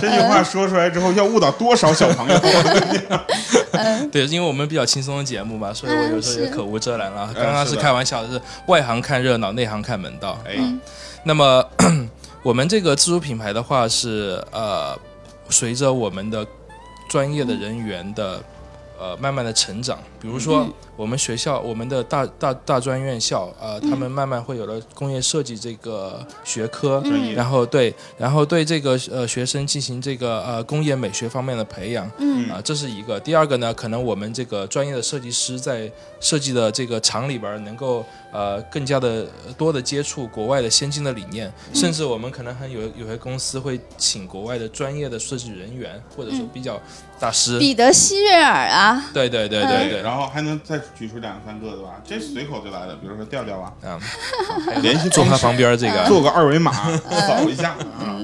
Speaker 1: 这句话说出来之后，要误导多少小朋友？
Speaker 3: 哎对，因为我们比较轻松的节目嘛，所以我有时候
Speaker 2: 嗯
Speaker 3: 也
Speaker 2: 是
Speaker 3: 口无遮拦了。
Speaker 1: 嗯
Speaker 3: 刚刚
Speaker 1: 是
Speaker 3: 是
Speaker 1: 的
Speaker 3: 开玩笑，是外行看热闹，内行看门道。
Speaker 1: 哎，
Speaker 3: 那么我们这个自主品牌的话是呃，随着我们的专业的人员的呃慢慢的成长，比如说我们学校我们的大大大专院校呃，他们慢慢会有了工业设计这个学科，
Speaker 1: 专业
Speaker 3: 然后对，然后对这个呃学生进行这个呃工业美学方面的培养，
Speaker 2: 嗯
Speaker 3: 啊、这是一个。第二个呢，可能我们这个专业的设计师在设计的这个厂里边儿能够呃更加的多的接触国外的先进的理念，甚至我们可能还有有些公司会请国外的专业的设计人员，或者说比较大师。
Speaker 2: 彼得希瑞尔啊，
Speaker 3: 对对对对对，
Speaker 1: 然后还能再举出两三个，对吧？这随口就来的，比如说调调啊，
Speaker 3: 啊，
Speaker 1: 联系
Speaker 3: 坐
Speaker 1: 方
Speaker 3: 他
Speaker 1: 式
Speaker 3: 旁边儿这
Speaker 2: 嗯
Speaker 3: 个，啊
Speaker 1: 做个二维码，扫一下啊。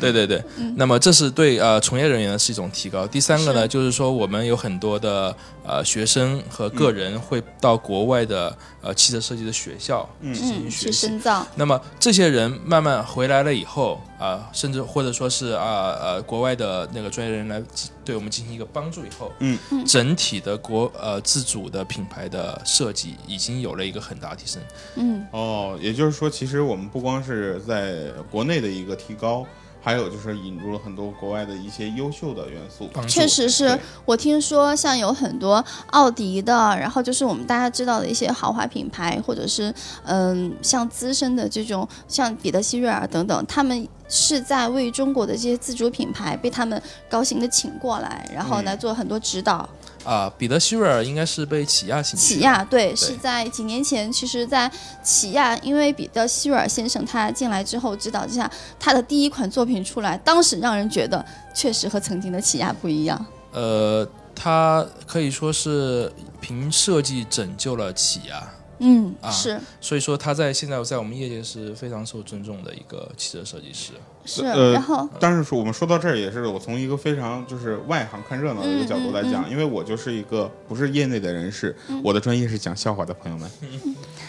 Speaker 3: 对对对，
Speaker 2: 嗯
Speaker 3: 那么这是对呃从业人员的是一种提高。第三个呢，就是说我们有很多的呃学生和个人会到国外的呃汽车设计的学校进行
Speaker 2: 嗯，
Speaker 3: 学
Speaker 2: 去
Speaker 3: 习。
Speaker 2: 深造，
Speaker 3: 那么这些人慢慢回来了以后啊、甚至或者说是啊呃国外的那个专业人来进对我们进行一个帮助以后，
Speaker 1: 嗯，
Speaker 3: 整体的国呃自主的品牌的设计已经有了一个很大提升。
Speaker 2: 嗯
Speaker 1: 哦，也就是说，其实我们不光是在国内的一个提高，还有就是引入了很多国外的一些优秀的元素。
Speaker 3: 帮助
Speaker 2: 确实是
Speaker 1: 对
Speaker 2: 我听说，像有很多奥迪的，然后就是我们大家知道的一些豪华品牌，或者是嗯，像资深的这种，像彼得希瑞尔等等，他们是在为中国的这些自主品牌被他们高薪的请过来，然后来做很多指导。
Speaker 3: 啊，彼得希瑞尔应该是被起亚请去
Speaker 2: 起
Speaker 3: 的
Speaker 1: 嗯
Speaker 2: 亚对，是在几年前，其实，在起亚，因为彼得希瑞尔先生他进来之后指导之下，他的第一款作品出来，当时让人觉得确实和曾经的起亚不一样。
Speaker 3: 呃，它可以说是凭设计拯救了起亚，
Speaker 2: 嗯，
Speaker 3: 啊
Speaker 2: 是
Speaker 3: 所以说它在现在在我们业界是非常受尊重的一个汽车设计师。
Speaker 2: 是，
Speaker 1: 呃
Speaker 2: 然后
Speaker 1: 但是说我们说到这儿，也是我从一个非常就是外行看热闹的一个角
Speaker 2: 嗯
Speaker 1: 度来讲，因为我就是一个不是业内的人士，我的专业是讲笑话的朋友们，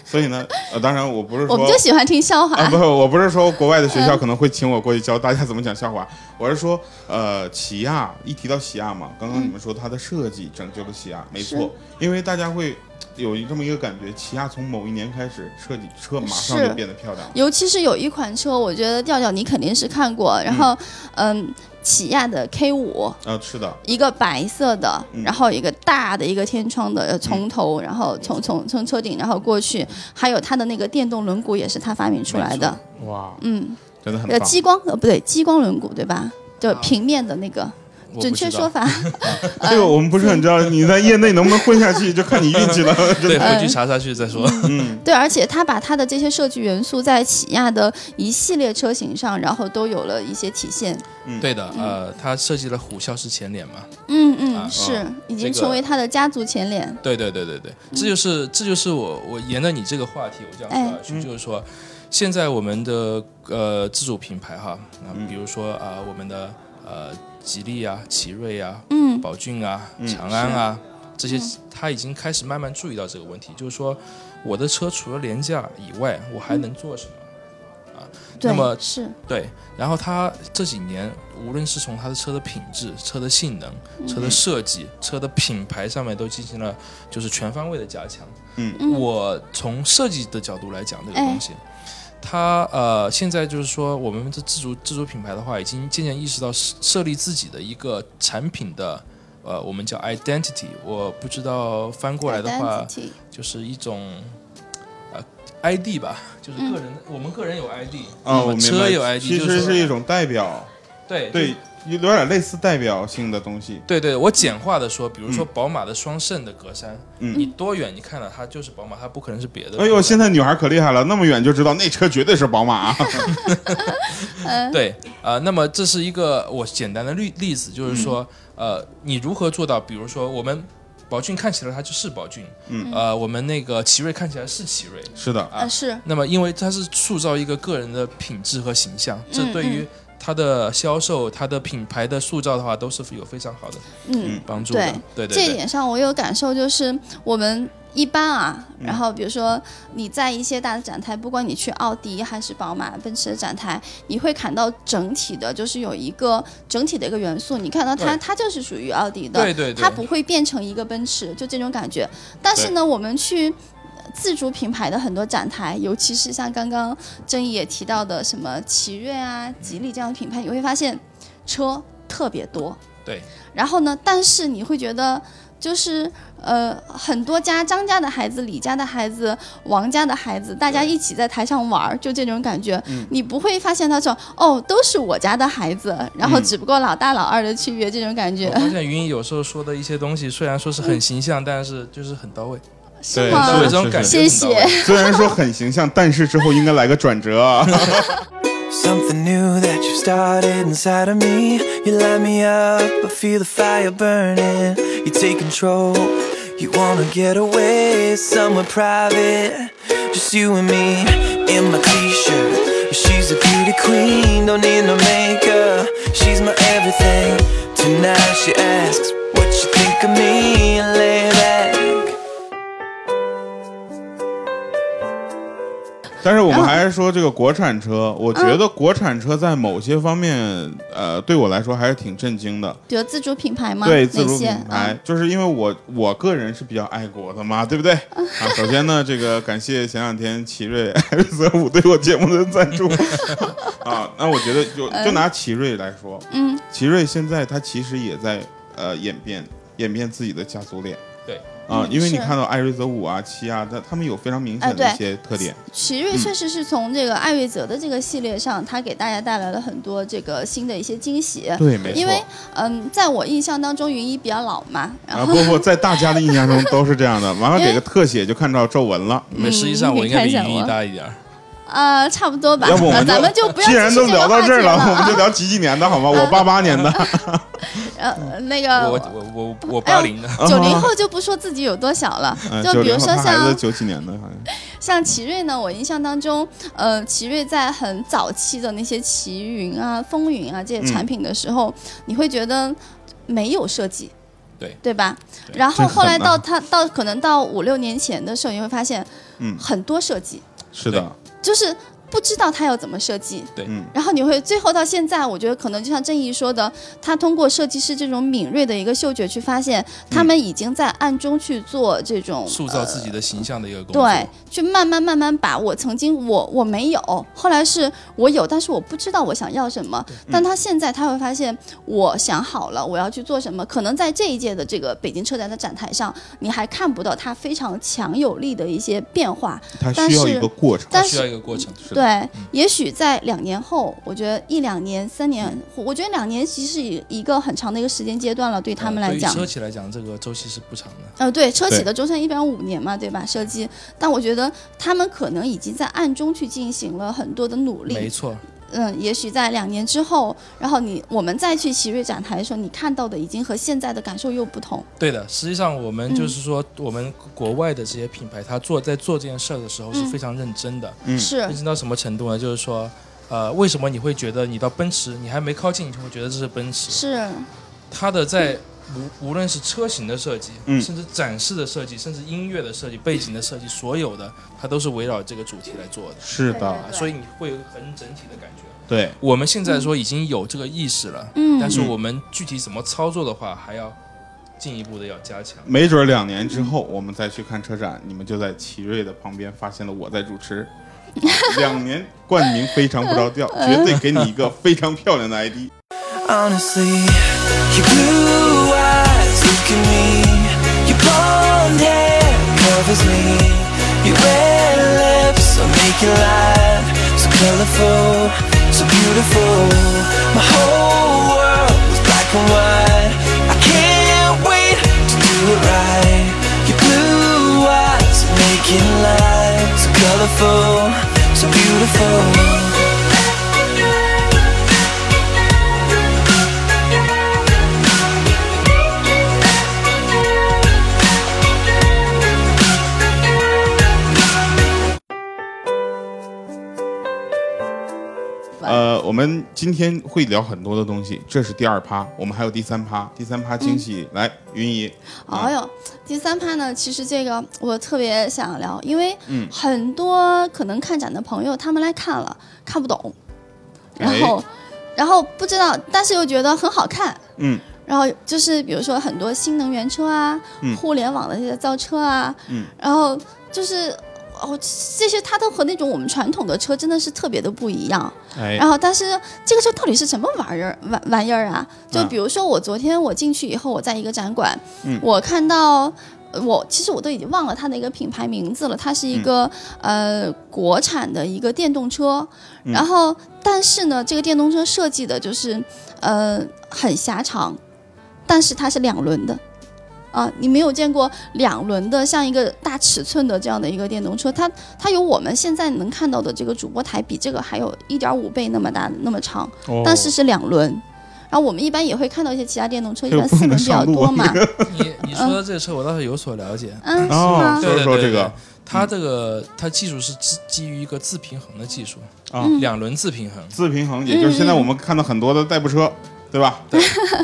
Speaker 1: 所以呢，呃，当然我不是说
Speaker 2: 我们就嗯喜欢听笑话。
Speaker 1: 啊，不是，我不是说国外的学校可能会请我过去教大家怎么讲笑话，我是说，呃，起亚一提到起亚嘛，刚刚你们
Speaker 2: 嗯
Speaker 1: 说它的设计拯救了起亚，没错，因为大家会有这么一个感觉，起亚从某一年开始设计车马上
Speaker 2: 是
Speaker 1: 就变得漂亮了，
Speaker 2: 尤其是有一款车，我觉得调调你肯定是看过，然后，嗯，起亚的 K 五，
Speaker 1: 呃，是的，
Speaker 2: 一个白色的，
Speaker 1: 嗯
Speaker 2: 然后一个大的一个天窗的，呃从头，然后从从从车顶然后过去，还有它的那个电动轮毂也是他发明出来的，
Speaker 1: 哇，
Speaker 2: 嗯，
Speaker 1: 真的很
Speaker 2: 呃，
Speaker 1: 棒。
Speaker 2: 激光呃不对，激光轮毂对吧？就平面的那个，
Speaker 3: 我
Speaker 2: 准
Speaker 3: 不知
Speaker 2: 确
Speaker 3: 道
Speaker 2: 说法，
Speaker 1: 哎这个我们不是很知道，你在业内能不能混下去，就看你运 气了。真的
Speaker 3: 对，
Speaker 2: 呃
Speaker 3: 回去查查去再说。
Speaker 2: 对，而且他把他的这些设计元素在起亚的一系列车型上，然后都有了一些体现。
Speaker 3: 对的，呃，他设计了虎啸式前脸嘛。
Speaker 2: 嗯
Speaker 3: 啊
Speaker 2: 嗯，是
Speaker 3: 啊
Speaker 2: 已
Speaker 3: 这
Speaker 2: 经
Speaker 3: 个
Speaker 2: 成为他的家族前脸。
Speaker 3: 对对对对对，这就是这就是我我沿着你这个话题，我这样
Speaker 2: 哎
Speaker 3: 说下去，
Speaker 1: 嗯
Speaker 3: 就是说，现在我们的呃自主品牌哈，那
Speaker 2: 嗯
Speaker 3: 比如说啊、我们的呃吉利啊、奇瑞啊、
Speaker 2: 嗯
Speaker 3: 宝骏啊、长安啊这些，他已经开始慢慢注意到这个问题，就是说，我的车除了廉价以外，我
Speaker 2: 嗯
Speaker 3: 还能做什么？
Speaker 2: 对，
Speaker 3: 那么
Speaker 2: 是
Speaker 3: 对，然后它这几年，无论是从它的车的品质、车的性
Speaker 2: 嗯
Speaker 3: 能、车的设计、车的品牌上面，都进行了就是全方位的加强。
Speaker 1: 嗯
Speaker 3: 我从设计的角度来讲这个
Speaker 2: 哎
Speaker 3: 东西，它呃现在就是说，我们这自主自主品牌的话，已经渐渐意识到设设立自己的一个产品的。呃，我们叫 identity，我不知道翻过来的话
Speaker 2: identity
Speaker 3: 就是一种呃 ID 吧，就是个人的，我们个人有 ID，
Speaker 1: 啊，我明
Speaker 3: 们
Speaker 1: 白
Speaker 3: 嗯车有 ID，
Speaker 1: 其
Speaker 3: 就是
Speaker 1: 实
Speaker 3: 说
Speaker 1: 是一种代表，
Speaker 3: 对
Speaker 1: 对，有点类似代表性的东西。
Speaker 3: 对对，我简化的说，比如说宝马的双肾的格栅，
Speaker 1: 嗯
Speaker 3: 你多远你看了它就是宝马，它不可能是别的。
Speaker 1: 哎呦，现在女孩可厉害了，那么远就知道那车绝对是宝马啊。
Speaker 3: 对啊、呃那么这是一个我简单的例例子，就是说，
Speaker 1: 嗯
Speaker 3: 呃，你如何做到？比如说我们宝骏看起来它就是宝骏，嗯，呃，我们那个奇瑞看起来是奇瑞，
Speaker 1: 是的，
Speaker 2: 呃是
Speaker 3: 那么因为它是塑造一个个人的品质和形象，这
Speaker 2: 嗯
Speaker 3: 对于它的销售、它的品牌的塑造的话，都是有非常好的
Speaker 2: 嗯。
Speaker 3: 帮助的。对对
Speaker 2: 这一
Speaker 3: 对，
Speaker 2: 点上我有感受，就是我们一般啊，
Speaker 3: 嗯
Speaker 2: 然后比如说你在一些大的展台，不管你去奥迪还是宝马、奔驰的展台，你会看到整体的，就是有一个整体的一个元素，你看到它，
Speaker 3: 对
Speaker 2: 它就是属于奥迪的，
Speaker 3: 对对对
Speaker 2: 它不会变成一个奔驰，就这种感觉。但是呢，我们去。自主品牌的很多展台，尤其是像刚刚郑毅也提到的什么奇瑞啊、吉利这样的品牌，你会发现车特别多。
Speaker 3: 对。
Speaker 2: 然后呢，但是你会觉得，就是呃，很多家张家的孩子、李家的孩子、王家的孩子，大家一起在台上玩儿，就这种感觉。
Speaker 1: 嗯
Speaker 2: 你不会发现他说哦，都是我家的孩子，然
Speaker 1: 嗯
Speaker 2: 后只不过老大老二的区别，这种感觉
Speaker 3: 我。
Speaker 1: 哦
Speaker 3: 发现云姨有时候说的一些东西，虽然说是
Speaker 2: 嗯
Speaker 3: 很形象，但是就是很到位，
Speaker 1: 对，
Speaker 2: 吗
Speaker 3: 就有
Speaker 1: 是
Speaker 3: 这种
Speaker 1: 是
Speaker 3: 感
Speaker 1: 是
Speaker 3: 觉
Speaker 2: 啊谢
Speaker 3: 很到 位。
Speaker 1: 虽然说很形象，但是之后应该来个转折啊。
Speaker 5: Something new that you started inside of me. You light me up, I feel the fire burning. You take control, you wanna get away somewhere private. Just you and me in my t shirt. She's a beauty queen, don't need no makeup. She's my everything. Tonight she asks, What you think of me? I lay back.
Speaker 1: 但是我们还是说这个国产车，我觉得国产车在某些方面，呃，对我来说还是挺震惊的。
Speaker 2: 比如自主品牌吗？
Speaker 1: 对自主
Speaker 2: 哪些啊嗯
Speaker 1: 品牌，就是因为我我个人是比较爱国的嘛，对 不对？啊，首先呢，这个感谢前两天奇瑞 X 五对我节目的赞助 啊，那我觉得就
Speaker 2: 嗯
Speaker 1: 就拿奇瑞来说，嗯，奇瑞现在它其实也在呃演变演变自己的家族脸
Speaker 3: 对，
Speaker 1: 啊，
Speaker 2: 嗯
Speaker 1: 因为你
Speaker 2: 是
Speaker 1: 看到艾瑞泽五啊、七啊，它它们有非常明
Speaker 2: 呃
Speaker 1: 显的
Speaker 2: 对
Speaker 1: 一些特点。
Speaker 2: 奇
Speaker 1: 嗯
Speaker 2: 瑞确实是从这个艾瑞泽的这个系列上，它给大家带来了很多这个新的一些惊喜。
Speaker 1: 对，没错。
Speaker 2: 呃因为嗯，在我印象当中，云一比较老嘛，然
Speaker 1: 啊，
Speaker 2: 后
Speaker 1: 不不，在大家的印象中都是这样的， 完了给个特写就看到皱纹了。
Speaker 3: 你们实际
Speaker 2: 嗯
Speaker 3: 上我应该比云一大一点儿。
Speaker 2: 呃，差不多吧，
Speaker 1: 要不我
Speaker 2: 呃
Speaker 1: 们
Speaker 2: 咱们就不要
Speaker 1: 既然
Speaker 2: 继
Speaker 1: 都
Speaker 2: 续个
Speaker 1: 聊到
Speaker 2: 话
Speaker 1: 这儿
Speaker 2: 题
Speaker 1: 了，
Speaker 2: 了啊嗯
Speaker 1: 我们就聊几几年的好吗？我八八 年的，
Speaker 2: 呃那
Speaker 3: 我
Speaker 2: 个
Speaker 3: 我我我我八零的，
Speaker 2: 九零后就不说自己有多小了，
Speaker 1: 嗯
Speaker 2: 就
Speaker 1: 九
Speaker 2: 比
Speaker 1: 零
Speaker 2: 如
Speaker 1: 后
Speaker 2: 说
Speaker 1: 他孩
Speaker 2: 像
Speaker 1: 子九几年的，好哎像
Speaker 2: 像奇瑞呢，我印象当中，呃，奇瑞在很早期的那些奇云啊、风云啊这
Speaker 1: 嗯
Speaker 2: 些产品的时候，你会觉得没有设计，
Speaker 3: 对
Speaker 2: 对吧？然
Speaker 1: 这
Speaker 2: 后
Speaker 1: 很
Speaker 2: 后来
Speaker 1: 难
Speaker 2: 到它到可能到五六年前的时候，你会发现，
Speaker 1: 嗯
Speaker 2: 很多设计
Speaker 1: 是的，
Speaker 2: 就是不知道它要怎么设计，
Speaker 3: 对
Speaker 1: 嗯
Speaker 2: 然后你会最后到现在，我觉得可能就像正义说的，他通过设计师这种敏锐的一个嗅觉去发现，他们已经在暗中去做这种呃
Speaker 3: 塑造自己的形象的一个工作。
Speaker 2: 对，去慢慢慢慢把我曾经我我没有，后来是我有，但是我不知道我想要什么。
Speaker 3: 嗯
Speaker 2: 但他现在他会发现，我想好了我要去做什么。可能在这一届的这个北京车展的展台上，你还看不到他非常强有力的一些变化，
Speaker 1: 他
Speaker 2: 但
Speaker 1: 需要
Speaker 2: 是
Speaker 1: 一个过程。
Speaker 2: 但
Speaker 3: 需要
Speaker 2: 是。
Speaker 3: 一个过程。是的，
Speaker 2: 对，也许在两年后，我觉得一两年、三年，
Speaker 3: 嗯
Speaker 2: 我觉得两年其实是一个很长的一个时间阶段了，对他们来讲。
Speaker 3: 对于车企来讲，这个周期是不长的。
Speaker 2: 呃，对，车企
Speaker 1: 对
Speaker 2: 的周身一般五年嘛，对吧？设计，但我觉得他们可能已经在暗中去进行了很多的努
Speaker 3: 没
Speaker 2: 力。
Speaker 3: 错，
Speaker 2: 嗯，也许在两年之后，然后你我们再去奇瑞展台的时候，你看到的已经和现在的感受又不同。
Speaker 3: 对的。实际上，我
Speaker 2: 嗯
Speaker 3: 们就是说，我们国外的这些品牌，它做在做这件事儿的时候是非常认真的，
Speaker 1: 嗯
Speaker 2: 是
Speaker 3: 认，真到什么程度呢？就是说。呃，为什么你会觉得你到奔驰，你还没靠近，你就会觉得这是奔驰？
Speaker 2: 是，
Speaker 3: 它的在
Speaker 2: 嗯
Speaker 3: 无无论是车型的设计，
Speaker 1: 嗯
Speaker 3: 甚至展示的设计，甚至音乐的设计、背景的设计，所有的它都是围绕这个主题来做的，啊
Speaker 1: 是
Speaker 2: 对
Speaker 1: 的，
Speaker 2: 对
Speaker 3: 所以你会有很整体的感觉。
Speaker 1: 对，
Speaker 3: 我们现在说已经有这个意识了，
Speaker 2: 嗯
Speaker 3: 但是我们具体怎么操作的话，还要进一步的要加强。
Speaker 1: 没准儿两年之后我们再去看车展，你们就在奇瑞的旁边发现了我在主持。啊两年冠名非常不着调，绝对给你一个非常漂亮的 ID。
Speaker 5: Honestly, your blue eyes look at me. Your blonde hair covers me. Your red lips are making life so colorful, so beautiful. My whole world is black and white. I can't wait to do it right. Your blue eyes are making life so colorful, so beautiful.
Speaker 2: 吧
Speaker 1: 呃，我们今天会聊很多的东西，这是第二趴，我们还有第三趴，第三趴
Speaker 2: 嗯
Speaker 1: 惊喜、来，云姨，
Speaker 2: 哎
Speaker 1: 嗯
Speaker 2: 呦，第三趴呢，其实这个我特别想聊，因为
Speaker 1: 嗯
Speaker 2: 很多可能看展的朋友他们来看了看不懂，然
Speaker 1: 哎
Speaker 2: 后、然后不知道，但是又觉得很好看，
Speaker 1: 嗯，
Speaker 2: 然后就是比如说很多新能源车啊，
Speaker 1: 嗯
Speaker 2: 互联网的这些造车啊，
Speaker 1: 嗯
Speaker 2: 然后就是哦，这些它都和那种我们传统的车真的是特别的不一样。
Speaker 1: 哎
Speaker 2: 然，后，但是这个车到底是什么玩意儿玩玩意儿啊？就
Speaker 1: 嗯
Speaker 2: 比如说我昨天我进去以后，我在一个展馆，
Speaker 1: 嗯
Speaker 2: 我看到。呃我其实我都已经忘了它的一个品牌名字了，它是
Speaker 1: 嗯
Speaker 2: 一个、呃国产的一个电动车，
Speaker 1: 嗯
Speaker 2: 然后但是呢，这个电动车设计的就是呃很狭长，但是它是两轮的，啊，你没有见过两轮的像一个大尺寸的这样的一个电动车，它它有我们现在能看到的这个主播台比这个还有一点五倍那么大那么长，
Speaker 1: 哦
Speaker 2: 但是是两轮。然后我们一般也会看到一些其他电动车，一
Speaker 1: 这个
Speaker 2: 般四
Speaker 1: 不
Speaker 2: 轮
Speaker 1: 能
Speaker 2: 比较
Speaker 1: 上路
Speaker 2: 多
Speaker 1: 啊
Speaker 2: 嘛，
Speaker 1: 这个
Speaker 3: 你你说的这个车，我倒是有所了解。
Speaker 2: 嗯，是
Speaker 1: 哦
Speaker 2: 吗？
Speaker 1: 说
Speaker 3: 对
Speaker 1: 说
Speaker 3: 对
Speaker 1: 这
Speaker 3: 对
Speaker 1: 个
Speaker 3: 对它这个它技术是基基于一个自平衡的技术
Speaker 1: 啊，
Speaker 3: 两轮自平衡，
Speaker 1: 自平衡，也就是现
Speaker 2: 嗯
Speaker 1: 在我们看到很多的代步车，对吧？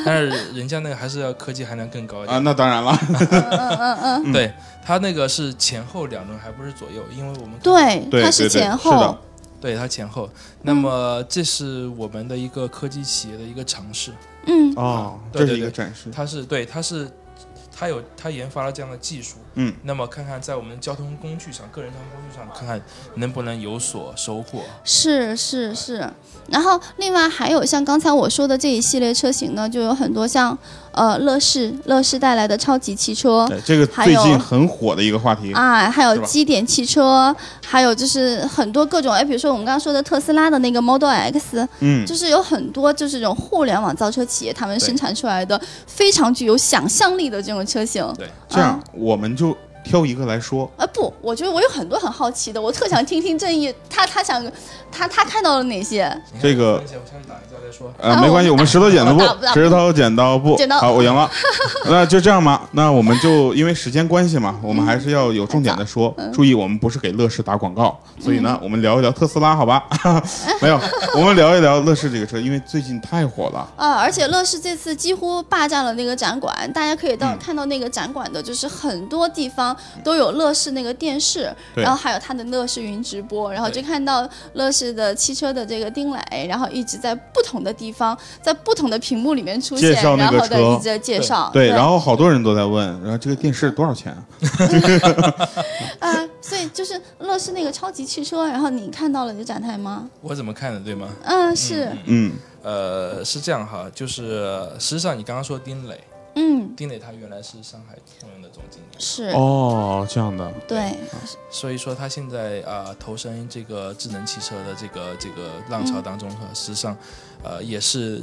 Speaker 3: 但是人家那个还是要科技含量更高一
Speaker 1: 啊，嗯
Speaker 3: 点。
Speaker 1: 那当然了，
Speaker 3: 对，它那个是前后两轮，还不是左右，因为我们
Speaker 2: 对，
Speaker 1: 对
Speaker 2: 它
Speaker 1: 对对
Speaker 2: 前
Speaker 1: 是
Speaker 2: 后
Speaker 1: 的，
Speaker 3: 对它前后。那么这是我们的一个科技企业的一个尝试，
Speaker 2: 嗯，
Speaker 1: 哦，
Speaker 3: 对
Speaker 1: 这
Speaker 3: 对
Speaker 1: 是一个
Speaker 3: 对
Speaker 1: 展示，
Speaker 3: 它是对它是他有他研发了这样的技术，
Speaker 1: 嗯，
Speaker 3: 那么看看在我们交通工具上，个人交通工具上，看看能不能有所收获。
Speaker 2: 是是是，然后另外还有像刚才我说的这一系列车型呢，就有很多像呃乐视乐视带来的超级汽车，
Speaker 1: 对，这个
Speaker 2: 还
Speaker 1: 最
Speaker 2: 有
Speaker 1: 近很火的一个话题。
Speaker 2: 啊，还有
Speaker 1: 是吧
Speaker 2: 基点汽车，还有就是很多各种哎，比如说我们刚刚说的特斯拉的那个 Model X，
Speaker 1: 嗯
Speaker 2: 就，是有很多就是这种互联网造车企业他们
Speaker 1: 对
Speaker 2: 生产出来的非常具有想象力的这种车型。
Speaker 3: 对，
Speaker 1: 这样我们就挑一个来说。
Speaker 2: 啊不，我觉得我有很多很好奇的，我特想听听正义他他想他他看到了哪些？
Speaker 3: 你看
Speaker 1: 这个
Speaker 3: 我先去打一架再说。
Speaker 1: 呃
Speaker 2: 啊，
Speaker 1: 没关系，
Speaker 2: 我
Speaker 1: 我们石头剪子
Speaker 2: 我打不
Speaker 1: 布，
Speaker 2: 打
Speaker 1: 石头剪刀布
Speaker 2: 剪，刀
Speaker 1: 好，我赢 了。那就这样吧，那我们就因为时间关系嘛，我们还是要有重点的说。
Speaker 2: 嗯
Speaker 1: 注意，我们不是给乐视打广告，所以呢，我们聊一聊特斯拉，好吧？ 没有，我们聊一聊乐视这个车，因为最近太火了。
Speaker 2: 啊，而且乐视这次几乎霸占了那个展馆，大家可以到、
Speaker 1: 嗯
Speaker 2: 看到那个展馆的，就是很多地方都有乐视那个电视，
Speaker 1: 对
Speaker 2: 然后还有它的乐视云直播，然后就
Speaker 3: 对
Speaker 2: 看到乐视的汽车的这个丁磊，然后一直在不同的地方，在不同的屏幕里面出现，
Speaker 1: 介绍那
Speaker 2: 然
Speaker 1: 个
Speaker 2: 后的
Speaker 1: 车
Speaker 2: 一直在介绍，
Speaker 1: 对，然后好多人都在问，然后这个电视多少钱啊？
Speaker 2: 啊、所以就是乐视那个超级汽车，然后你看到了你的展台吗？
Speaker 3: 我怎么看的，对吗？
Speaker 2: 嗯，是，
Speaker 1: 嗯，
Speaker 3: 呃，是这样哈，就是实际上你刚刚说丁磊，
Speaker 2: 嗯，
Speaker 3: 丁磊他原来是上海通用的总经理，
Speaker 2: 是，
Speaker 1: 哦，这样的，
Speaker 2: 对，
Speaker 3: 所以说他现在啊、投身这个智能汽车的这个这个浪潮当中哈，实际上，呃，也是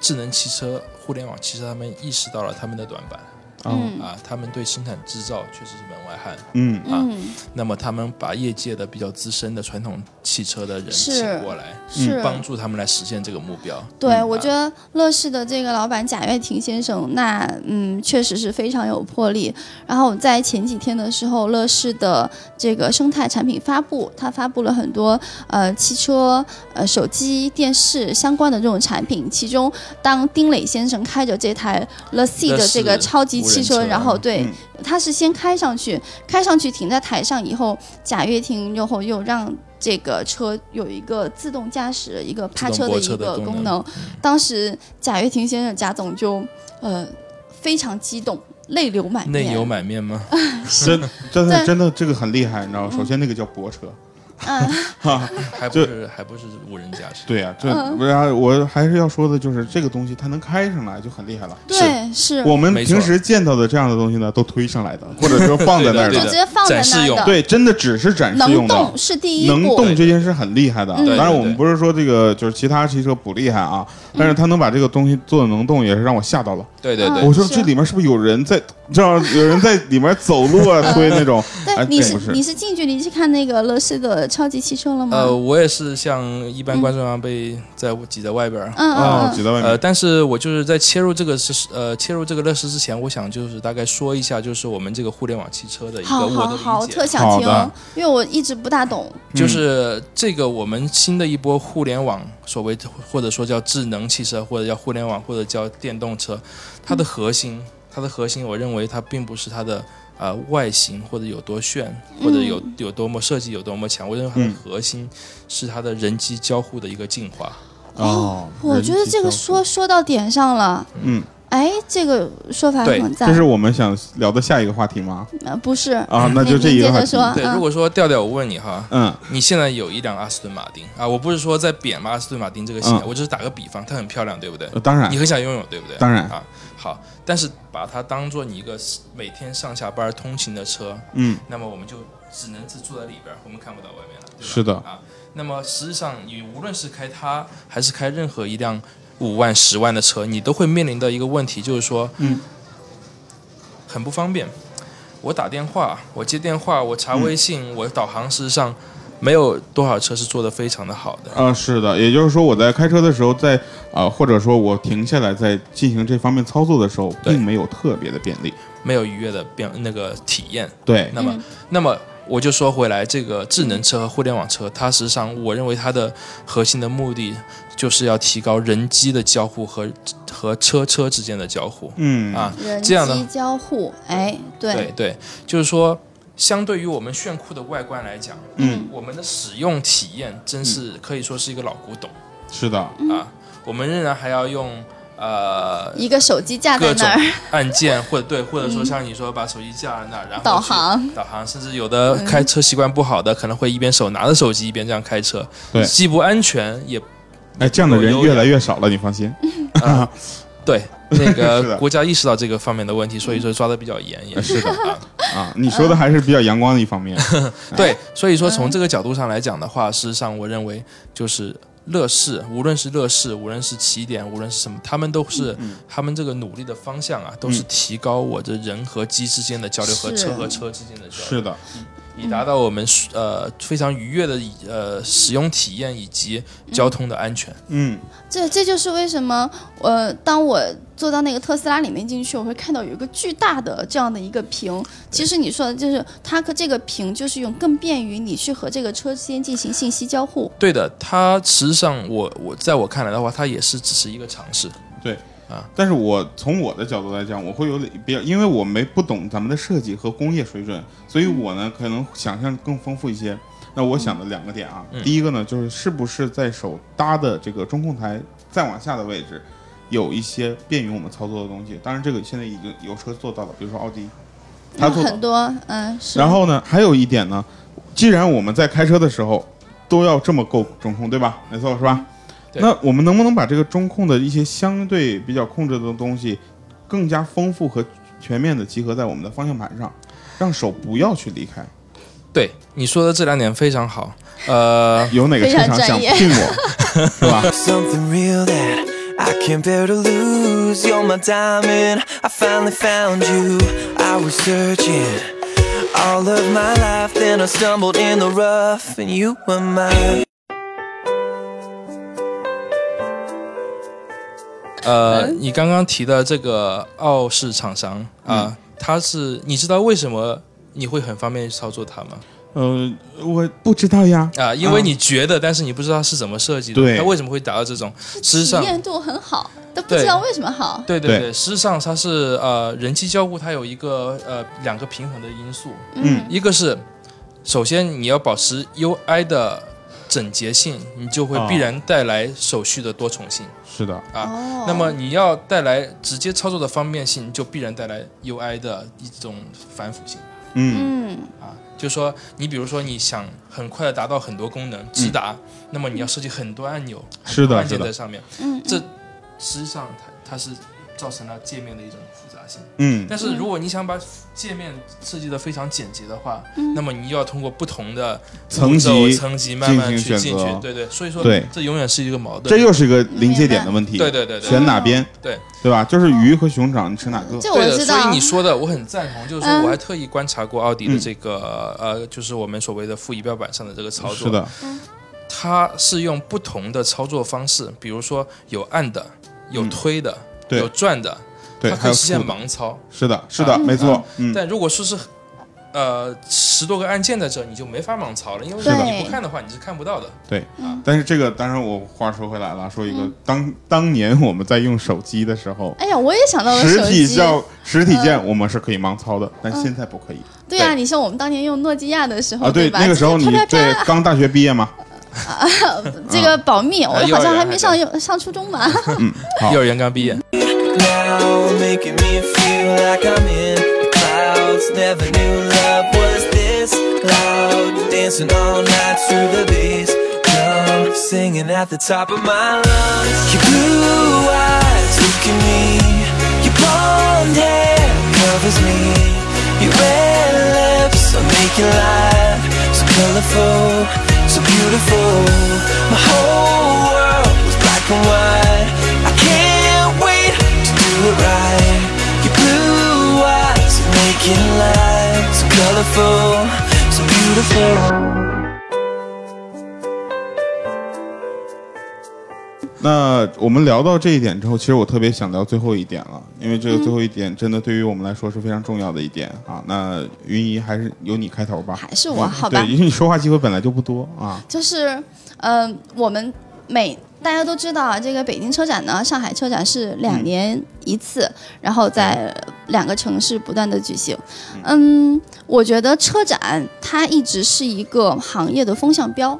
Speaker 3: 智能汽车、互联网汽车他们意识到了他们的短板
Speaker 1: 嗯
Speaker 3: 啊，他们对生产制造确实是门外汉，
Speaker 1: 嗯
Speaker 3: 啊
Speaker 2: 嗯，
Speaker 3: 那么他们把业界的比较资深的传统汽车的人
Speaker 2: 是
Speaker 3: 请过来，
Speaker 2: 是。
Speaker 3: 帮助他们来实现这个目标。
Speaker 2: 对，我觉得乐视的这个老板贾跃亭先生，那嗯，确实是非常有魄力。然后在前几天的时候，乐视的这个生态产品发布，他发布了很多呃汽车、呃手机、电视相关的这种产品。其中，当丁磊先生开着这台乐视的这个
Speaker 3: 乐视
Speaker 2: 超级汽
Speaker 3: 无
Speaker 2: 车，
Speaker 3: 人车
Speaker 2: 然后对、
Speaker 1: 嗯
Speaker 2: 他是先开上去，开上去停在台上以后，贾跃亭又后又让这个车有一个自动驾驶、一个趴车的一
Speaker 3: 自动
Speaker 2: 个
Speaker 3: 泊车的
Speaker 2: 功
Speaker 3: 功能
Speaker 2: 能。当时贾跃亭先生贾总就呃非常激动，泪流满面。
Speaker 3: 内有满面吗？
Speaker 1: 真真的
Speaker 2: 但
Speaker 1: 真的这个很厉害，你知道吗？首先那个叫泊车，
Speaker 3: 还不是还不是无人驾驶？
Speaker 1: 对呀、这不然我还是要说的就是这个东西它能开上来就很厉害了。
Speaker 2: 对，是
Speaker 1: 我们
Speaker 3: 没错
Speaker 1: 平时见到的这样的东西呢，都推上来的，或者说放在那儿
Speaker 3: 对
Speaker 2: 就直
Speaker 3: 的
Speaker 1: 的。
Speaker 2: 接放在
Speaker 3: 展示
Speaker 2: 那儿
Speaker 3: 用
Speaker 2: 的。嗯
Speaker 1: 对，真的只是展示用
Speaker 2: 能
Speaker 1: 的
Speaker 2: 动。是第一步，
Speaker 1: 能动这件事很厉害的，
Speaker 2: 嗯
Speaker 1: 当然我
Speaker 3: 对对
Speaker 1: 们
Speaker 3: 对
Speaker 1: 不是说这个就是其他汽车不厉害啊，但是他能把这个东西做的能动，也是让我吓到了。
Speaker 3: 对对
Speaker 2: 嗯
Speaker 1: 我说
Speaker 2: 是
Speaker 1: 这里面是不是有人在，这样有人在里面走路啊，推那种？哎
Speaker 2: 对，你
Speaker 1: 并
Speaker 2: 是
Speaker 1: 不是
Speaker 2: 你是近距离去看那个乐视的超级汽车了吗？
Speaker 3: 呃，我也是像一般观众一样被在挤在外边儿。
Speaker 2: 嗯
Speaker 1: 哦，
Speaker 2: 嗯
Speaker 1: 挤在外
Speaker 3: 呃，
Speaker 1: 面。
Speaker 3: 但是我就是在切入这个是呃切入这个乐视之前，我想就是大概说一下，就是我们这个互联网汽车的
Speaker 2: 嗯，
Speaker 3: 一个
Speaker 2: 好
Speaker 3: 我的
Speaker 2: 好好，
Speaker 3: 理解
Speaker 2: 特，想
Speaker 1: 好
Speaker 2: 听
Speaker 1: 的，
Speaker 2: 因为我一直不大懂。
Speaker 1: 嗯
Speaker 3: 就是这个我们新的一波互联网所谓或者说叫智能汽车，或者叫互联网，或者叫电动车，它的核心，它的核心，我认为它并不是它的呃外形或者有多炫，或者有有多么设计有多么强，我认为它
Speaker 1: 嗯
Speaker 3: 的核心是它的人机交互的一个进化。
Speaker 1: 哦，
Speaker 2: 哎我觉得
Speaker 1: 人机
Speaker 2: 这个
Speaker 1: 交互
Speaker 2: 说说到点上了。
Speaker 1: 嗯，
Speaker 2: 哎，这个说法
Speaker 3: 对
Speaker 2: 很赞
Speaker 1: 这。是我们想聊的下一个话题吗？
Speaker 2: 呃，不是
Speaker 1: 啊，那就
Speaker 2: 您
Speaker 1: 这一
Speaker 2: 您
Speaker 1: 个
Speaker 2: 接
Speaker 1: 话
Speaker 2: 着
Speaker 1: 题
Speaker 2: 说。
Speaker 3: 对，
Speaker 2: 啊
Speaker 3: 如果说调调，我问你哈，
Speaker 1: 嗯
Speaker 3: 你现在有一辆阿斯顿马丁啊，我不是说在贬嘛阿斯顿马丁这个型号，
Speaker 1: 嗯
Speaker 3: 我只是打个比方，它很漂亮，对不对？
Speaker 1: 呃当然
Speaker 3: 你，很想拥有，对不对？
Speaker 1: 当然
Speaker 3: 啊，好，但是把它当做你一个每天上下班通勤的车，
Speaker 1: 嗯，
Speaker 3: 那么我们就只能是坐在里边儿，我们看不到外面了，对吧
Speaker 1: 是的
Speaker 3: 啊。那么实际上，你无论是开它还是开任何一辆五万、十万的车，你都会面临的一个问题就是说，
Speaker 1: 嗯，
Speaker 3: 很不方便。我打电话，我接电话，我查微信，
Speaker 1: 嗯
Speaker 3: 我导航，事实上没有多少车是做得非常的好的。
Speaker 1: 啊，是的，也就是说我在开车的时候在，啊，或者说我停下来在进行这方面操作的时候，
Speaker 3: 对
Speaker 1: 并没有特别的便利。
Speaker 3: 没有愉悦的变那个体验。
Speaker 1: 对，
Speaker 3: 那么，那么我就说回来，这个智能车和互联网车，它实际上我认为它的核心的目的就是要提高人机的交互和和车车之间的交互、
Speaker 1: 嗯，
Speaker 3: 啊。
Speaker 2: 人
Speaker 3: 这样的
Speaker 2: 机交互，哎，
Speaker 3: 对
Speaker 2: 对，
Speaker 3: 对，就是说，相对于我们炫酷的外观来讲，
Speaker 1: 嗯，
Speaker 3: 我们的使用体验真是可以说是一个老古董、
Speaker 2: 嗯
Speaker 1: 是的，
Speaker 3: 啊。我们仍然还要用。呃
Speaker 2: 一个手机架在
Speaker 3: 各种
Speaker 2: 那儿，
Speaker 3: 按键，或者对，或者说像你说把手机架在那儿，然后
Speaker 2: 导
Speaker 3: 去
Speaker 2: 航
Speaker 3: 嗯导航，嗯甚至有的开车习惯不好的，可能会一边手拿着手机一边这样开车，
Speaker 1: 对
Speaker 3: 既不安全也
Speaker 1: 哎，这样的人越来越少了，你放心。
Speaker 3: 对。那
Speaker 1: 是的嗯
Speaker 3: 个国家意识到这个方面的问题，所以说抓的比较严，也
Speaker 1: 是的
Speaker 3: 啊。
Speaker 1: 啊，你说的还是比较阳光的一方 面。嗯
Speaker 3: 对，所以说从嗯这个角度上来讲的话，事实上我认为就是乐视，无论是乐视，无论是起点，无论是什么，他们都
Speaker 1: 嗯
Speaker 3: 是、他们这个努力的方向啊，都是提高我这人和机之间的交流和
Speaker 2: 是
Speaker 3: 车和车之间的交流，
Speaker 1: 是的，
Speaker 3: 以达到我们呃非常愉悦的以呃使用体验以及交通的安全。
Speaker 1: 嗯，
Speaker 2: 这这就是为什么，呃，当我坐到那个特斯拉里面进去，我会看到有一个巨大的这样的一个屏。其实你说的就是它和这个屏，就是用更便于你去和这个车之间进行信息交互。
Speaker 3: 对的，它实际上我我在我看来的话，它也是只是一个尝试。
Speaker 1: 对。
Speaker 3: 啊，
Speaker 1: 但是我从我的角度来讲，我会有点比较，因为我没不懂咱们的设计和工业水准，所以我呢可能想象更丰富一些。那我想的两个点啊，第一个呢就是是不是在手搭的这个中控台再往下的位置，有一些便于我们操作的东西。当然，这个现在已经有车做到了，比如说奥迪，它
Speaker 2: 有
Speaker 1: 做到了
Speaker 2: 很多，嗯，是。
Speaker 1: 然后呢，还有一点呢，既然我们在开车的时候都要这么够中控，对吧？没错，是吧？
Speaker 3: 对
Speaker 1: 那我们能不能把这个中控的一些相对比较控制的东西，更加丰富和全面的集合在我们的方向盘上，让手不要去离开？
Speaker 3: 对你说的这两点非常好，呃，
Speaker 1: 有哪个车厂想
Speaker 2: 非常专业
Speaker 1: 聘 我，是吧？
Speaker 5: Something real that I can't bear to lose. You're my diamond. I finally found you. I was searching all of my life, then I stumbled in the rough, and you were mine.
Speaker 3: 呃，你刚刚提的这个傲视厂商啊，它是你知道为什么你会很方便去操作它吗？
Speaker 1: 呃，我不知道呀。
Speaker 3: 啊，因为你觉得，但是你不知道是怎么设计的，
Speaker 1: 对
Speaker 3: 它为什么会达到这种？实
Speaker 2: 体
Speaker 3: 际上，
Speaker 2: 验度很好，但不
Speaker 3: 对
Speaker 2: 知道为什么好。
Speaker 3: 对对
Speaker 1: 对
Speaker 3: 对，实际上它是呃人机交互，它有一个呃两个平衡的因素，
Speaker 1: 嗯，
Speaker 3: 一个是首先你要保持 UI 的整洁性，你就会
Speaker 1: 哦
Speaker 3: 必然带来手续的多重性。
Speaker 1: 是的，
Speaker 3: 啊
Speaker 2: 哦
Speaker 3: 那么你要带来直接操作的方便性，就必然带来 UI 的一种反腐性
Speaker 1: 嗯，
Speaker 2: 嗯，
Speaker 3: 啊。就说你比如说你想很快的达到很多功能直达，那么你要设计很多按钮、
Speaker 1: 嗯是的
Speaker 3: 按
Speaker 1: 是
Speaker 3: 键
Speaker 1: 的
Speaker 3: 在上面，
Speaker 2: 嗯
Speaker 3: 这实际上它它是造成了界面的一种复杂性。
Speaker 1: 嗯，
Speaker 3: 但是如果你想把界面设计的非常简洁的话，
Speaker 2: 嗯
Speaker 3: 那么你又要通过不同的
Speaker 1: 层级
Speaker 3: 步骤层级慢慢
Speaker 1: 进
Speaker 3: 去
Speaker 1: 行
Speaker 3: 进
Speaker 1: 选择
Speaker 3: 去，对对，所以说
Speaker 1: 对
Speaker 3: 这永远是一个矛盾。
Speaker 1: 这又是一个临界点的问题。
Speaker 3: 对对对对
Speaker 1: 选哪边？
Speaker 3: 对。
Speaker 1: 对吧？就是鱼和熊掌，你吃哪个？
Speaker 2: 这
Speaker 3: 对
Speaker 2: 我
Speaker 3: 的，
Speaker 2: 知
Speaker 3: 所以
Speaker 2: 道
Speaker 3: 你。说的我很赞同，就是说
Speaker 2: 嗯
Speaker 3: 我还特意观察过奥
Speaker 1: 嗯
Speaker 3: 迪的这个、呃，就是我们所谓的副仪表板上的这个操作，
Speaker 1: 是的，
Speaker 3: 它是用不同的操作方式，比如说有按的，有推的，
Speaker 1: 嗯对
Speaker 3: 有转的，
Speaker 1: 对，
Speaker 3: 它
Speaker 1: 还
Speaker 3: 可以
Speaker 1: 有
Speaker 3: 实现
Speaker 1: 速度
Speaker 3: 盲操。
Speaker 1: 是的，是的，
Speaker 2: 嗯
Speaker 1: 没错。嗯，
Speaker 3: 但如果说是呃十多个按键在这，你就没法盲操了，因为
Speaker 2: 是的
Speaker 3: 你不看的话，你是看不到的。
Speaker 1: 对，
Speaker 2: 嗯
Speaker 1: 但是这个当然我话说回来了，说一个当当年我们在用手机的时候，
Speaker 2: 哎呀，我也想到了
Speaker 1: 实
Speaker 2: 手
Speaker 1: 体
Speaker 2: 机。嗯
Speaker 1: 叫实体键我们是可以盲操的，但现在不可以
Speaker 2: 对呀、
Speaker 1: 对
Speaker 2: 你像我们当年用诺基亚的时候，
Speaker 1: 啊。对，
Speaker 2: 吧？
Speaker 1: 那个时候你
Speaker 2: 就是啪啪啪
Speaker 1: 对嗯刚大学毕业嘛，
Speaker 2: 这个保密，我
Speaker 3: 啊幼
Speaker 2: 好
Speaker 3: 儿
Speaker 2: 像
Speaker 3: 园
Speaker 2: 还没
Speaker 3: 还
Speaker 2: 上幼上初中吧。
Speaker 1: 嗯，好
Speaker 3: 幼，儿园刚毕业，
Speaker 5: Now making me feel like I'm in the clouds. Never knew love was this loud. Dancing all night through the bass drum, singing at the top of my lungs. Your blue eyes look at me. Your blonde hair covers me. Your red lips are making life so colorful, so beautiful. My whole world was black and white. I can't wait to do it right. Your blue eyes are making life so colorful, so beautiful.
Speaker 1: 那我们聊到这一点之后，其实我特别想聊最后一点了，因为这个最后一点真的对于我们来说是非常重要的一点啊。那云姨还是由你开头吧，
Speaker 2: 嗯还是我
Speaker 1: 嗯
Speaker 2: 好吧
Speaker 1: 对，因为你说话机会本来就不多啊。
Speaker 2: 就是，嗯、我们每大家都知道啊，这个北京车展呢，上海车展是
Speaker 1: 嗯
Speaker 2: 两年一次，然后在两个城市不断的举行。嗯嗯，我觉得车展它一直是一个行业的风向标。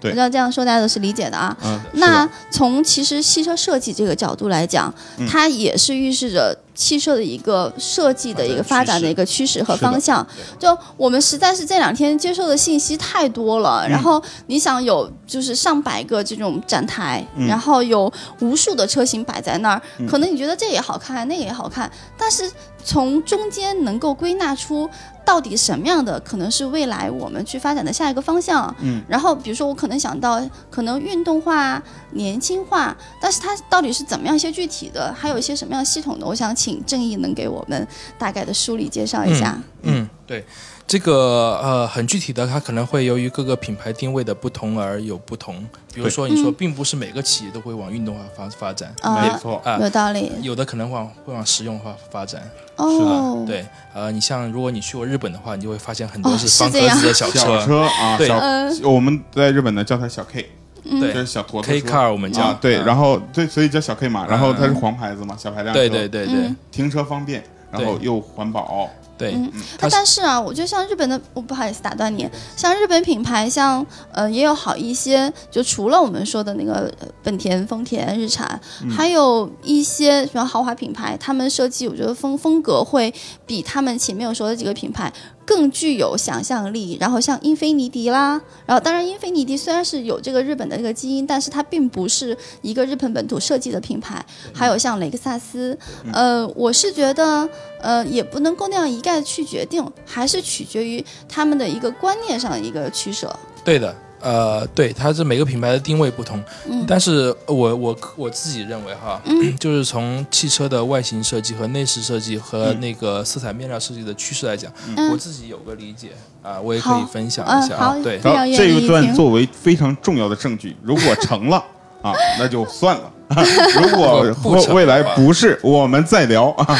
Speaker 1: 对
Speaker 2: 我知道这样说大家都是理解的啊。
Speaker 1: 嗯，是
Speaker 2: 那
Speaker 1: 的
Speaker 2: 从其实汽车设计这个角度来讲，
Speaker 1: 嗯
Speaker 2: 它也是预示着汽车的一个设计的一个发
Speaker 1: 发展
Speaker 2: 展
Speaker 1: 趋势
Speaker 2: 的一个趋势和
Speaker 1: 是的
Speaker 2: 方向。就我们实在是这两天接受的信息太多
Speaker 1: 嗯
Speaker 2: 了，然后你想有就是上百个这种展台，
Speaker 1: 嗯
Speaker 2: 然后有无数的车型摆在那儿，可能你觉得这也好看，那个也好看，但是从中间能够归纳出到底什么样的可能是未来我们去发展的下一个方向。
Speaker 1: 嗯，
Speaker 2: 然后比如说我可能想到可能运动化、年轻化，但是它到底是怎么样一些具体的，还有一些什么样的系统的？我想请正义能给我们大概的梳理介绍一下。
Speaker 3: 嗯，对，这个呃很具体的，它可能会由于各个品牌定位的不同而有不同。比如说，你说并不是每个企业都会往运动化发发展，
Speaker 1: 没
Speaker 2: 啊，
Speaker 1: 错，
Speaker 3: 啊
Speaker 2: 有道理
Speaker 3: 有的可能往会往实用化发展。
Speaker 2: 哦。
Speaker 3: 对，呃，你像如果你去过日本的话，你就会发现很多
Speaker 2: 哦
Speaker 3: 是
Speaker 2: 是
Speaker 3: 方
Speaker 2: 这
Speaker 3: 格
Speaker 2: 样
Speaker 3: 子的小车，
Speaker 1: 小车啊，
Speaker 3: 对
Speaker 1: 小
Speaker 2: 嗯
Speaker 1: 我们在日本呢叫它小 K，就是
Speaker 3: 对
Speaker 1: 小坨子
Speaker 3: ，K
Speaker 1: 车
Speaker 3: car 我们叫、
Speaker 1: 啊，对，
Speaker 3: 嗯
Speaker 1: 然后对，所以叫小 K 嘛，然后它是黄牌子嘛，小排量车，
Speaker 3: 对对对对
Speaker 2: 嗯
Speaker 1: 停车方便，然后
Speaker 3: 对
Speaker 1: 又环保，
Speaker 3: 对，
Speaker 2: 那
Speaker 3: 它
Speaker 2: 但是啊，我觉得像日本的，我不好意思打断你，像日本品牌，像呃也有好一些，就除了我们说的那个呃本田、丰田、日产，还有一些比如豪华品牌，他们设计我觉得风风格会比他们前面我说的几个品牌更具有想象力。然后像英菲尼迪啦，然后当然英菲尼迪虽然是有这个日本的这个基因，但是它并不是一个日本本土设计的品牌。还有像雷克萨斯，呃，我是觉得呃也不能够那样一概去决定，还是取决于他们的一个观念上的一个取舍。
Speaker 3: 对的，呃，对，它是每个品牌的定位不同，
Speaker 2: 嗯
Speaker 3: 但是我我我自己认为哈， 就是从汽车的外形设计和内饰设计和那个色彩面料设计的趋势来讲，
Speaker 2: 嗯
Speaker 3: 我自己有个理解啊，我也可
Speaker 2: 好
Speaker 3: 以分享
Speaker 2: 嗯
Speaker 3: 一下啊，
Speaker 2: 好
Speaker 3: 对
Speaker 2: 非
Speaker 1: 然
Speaker 2: 常
Speaker 1: 后
Speaker 2: 愿
Speaker 1: 这
Speaker 2: 意
Speaker 1: 一段
Speaker 2: 听
Speaker 1: 作为非常重要的证据，如果成 了啊，那就算了。 如果
Speaker 3: 如果不成
Speaker 1: 未来
Speaker 3: 的话
Speaker 1: 不是，我们再聊 啊。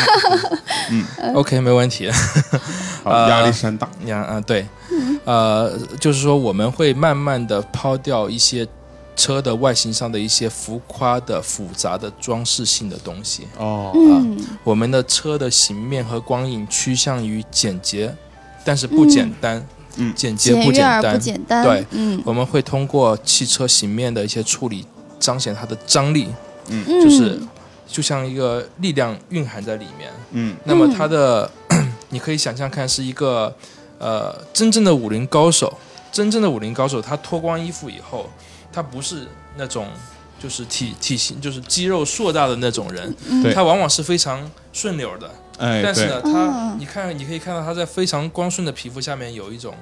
Speaker 2: 呃
Speaker 3: ，OK，没问题。
Speaker 1: 好
Speaker 3: 呃
Speaker 1: 压力山大，
Speaker 3: 呀啊，对，
Speaker 2: 嗯
Speaker 3: 呃，就是说我们会慢慢的抛掉一些车的外形上的一些浮夸的、复杂的装饰性的东西。
Speaker 1: 哦，
Speaker 2: 嗯，
Speaker 3: 我们的车的形面和光影趋向于简洁，但是不简单，
Speaker 1: 嗯
Speaker 3: 简洁
Speaker 2: 简
Speaker 3: 不
Speaker 2: 约
Speaker 3: 简
Speaker 2: 而
Speaker 3: 单，
Speaker 2: 不简单。
Speaker 3: 对
Speaker 2: 嗯
Speaker 3: 我们会通过汽车形面的一些处理，彰显它的张力，
Speaker 2: 嗯，
Speaker 3: 就是就像一个力量蕴含在里面。
Speaker 1: 嗯，
Speaker 3: 那么它的， 你可以想象看是一个，呃，真正的武林高手，真正的武林高手，他脱光衣服以后，他不是那种就是体体型就是肌肉硕大的那种人，
Speaker 2: 嗯
Speaker 1: 对
Speaker 3: 他往往是非常顺溜的。
Speaker 1: 哎，
Speaker 3: 但是
Speaker 1: 对，
Speaker 3: 呢，他你看，你可以看到他在非常光顺的皮肤下面有一种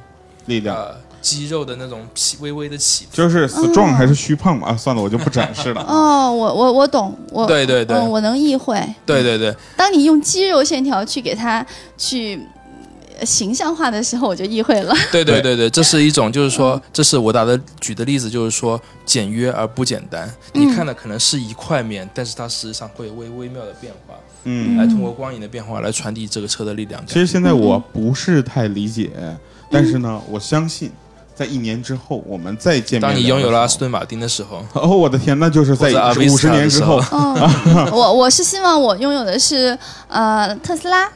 Speaker 1: 力量
Speaker 3: 呃肌肉的那种起微微的起伏。
Speaker 1: 就是 strong 还是虚胖嘛？啊，算了，我就不展示 了。
Speaker 2: 哦，我我我懂，我
Speaker 3: 对对对
Speaker 2: 嗯我能意会。
Speaker 3: 对对对，
Speaker 2: 当你用肌肉线条去给它去呃形象化的时候，我就意会 了。
Speaker 3: 对对对对，这是一种，就是说，这是我打的举的例子，就是说简约而不简单。你看的可能是一块面，但是它实际上会有微微妙的变化，
Speaker 1: 嗯，
Speaker 3: 来通过光影的变化来传递这个车的力量。
Speaker 1: 其实现在我
Speaker 2: 嗯
Speaker 1: 不是太理解，但是呢，我相信在一年之后我们再见面。
Speaker 3: 当你拥有了阿斯，顿马丁的时候，
Speaker 1: 哦，我的天，那就是在
Speaker 3: 或者阿维
Speaker 1: 五
Speaker 3: 斯
Speaker 1: 十
Speaker 3: 塔
Speaker 1: 年
Speaker 3: 的
Speaker 1: 之
Speaker 3: 时
Speaker 1: 后
Speaker 3: 候，
Speaker 2: 嗯，我我是希望我拥有的是呃特斯拉，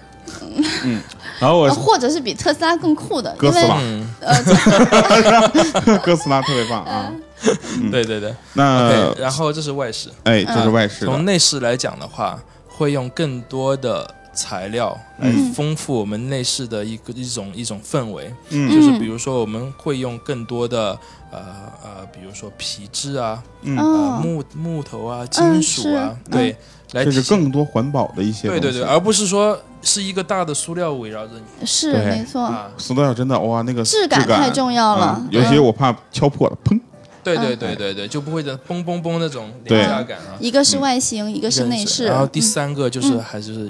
Speaker 1: 然后
Speaker 2: 呃
Speaker 1: 我
Speaker 2: 或者是比特斯拉更酷的，
Speaker 1: 哥
Speaker 2: 因
Speaker 1: 斯
Speaker 2: 为
Speaker 1: 拉，
Speaker 2: 呃，
Speaker 1: 哥斯拉特别棒啊。
Speaker 2: 嗯
Speaker 3: 对对对，
Speaker 1: 那
Speaker 3: 对，然后这是外饰。
Speaker 1: 哎，这是外饰的
Speaker 3: 从内饰来讲的话，会用更多的材料来丰富我们内饰的一个、一种一种氛围。
Speaker 1: 嗯
Speaker 3: 就是比如说我们会用更多的呃呃，比如说皮质啊、呃
Speaker 2: 嗯
Speaker 3: 木木头啊、金属啊，
Speaker 2: 是
Speaker 3: 对，来
Speaker 1: 哦就是
Speaker 3: 体现
Speaker 1: 更多环保的一些
Speaker 3: 对
Speaker 1: 东西。啊
Speaker 3: 对对，而不是说是一个大的塑料围绕着你
Speaker 2: 是
Speaker 1: 对
Speaker 2: 没错，
Speaker 3: 嗯啊。
Speaker 1: 塑料真的哇，那个
Speaker 2: 质
Speaker 1: 感
Speaker 2: 感太重要了嗯
Speaker 1: 嗯，尤其我怕敲破了，砰。
Speaker 3: 对对对对对，就不会的嘣嘣嘣那种
Speaker 1: 嗯对
Speaker 3: 廉价感啊。
Speaker 2: 一个是外形，一个是内饰，
Speaker 3: 然后第三个
Speaker 1: 嗯
Speaker 3: 就是还是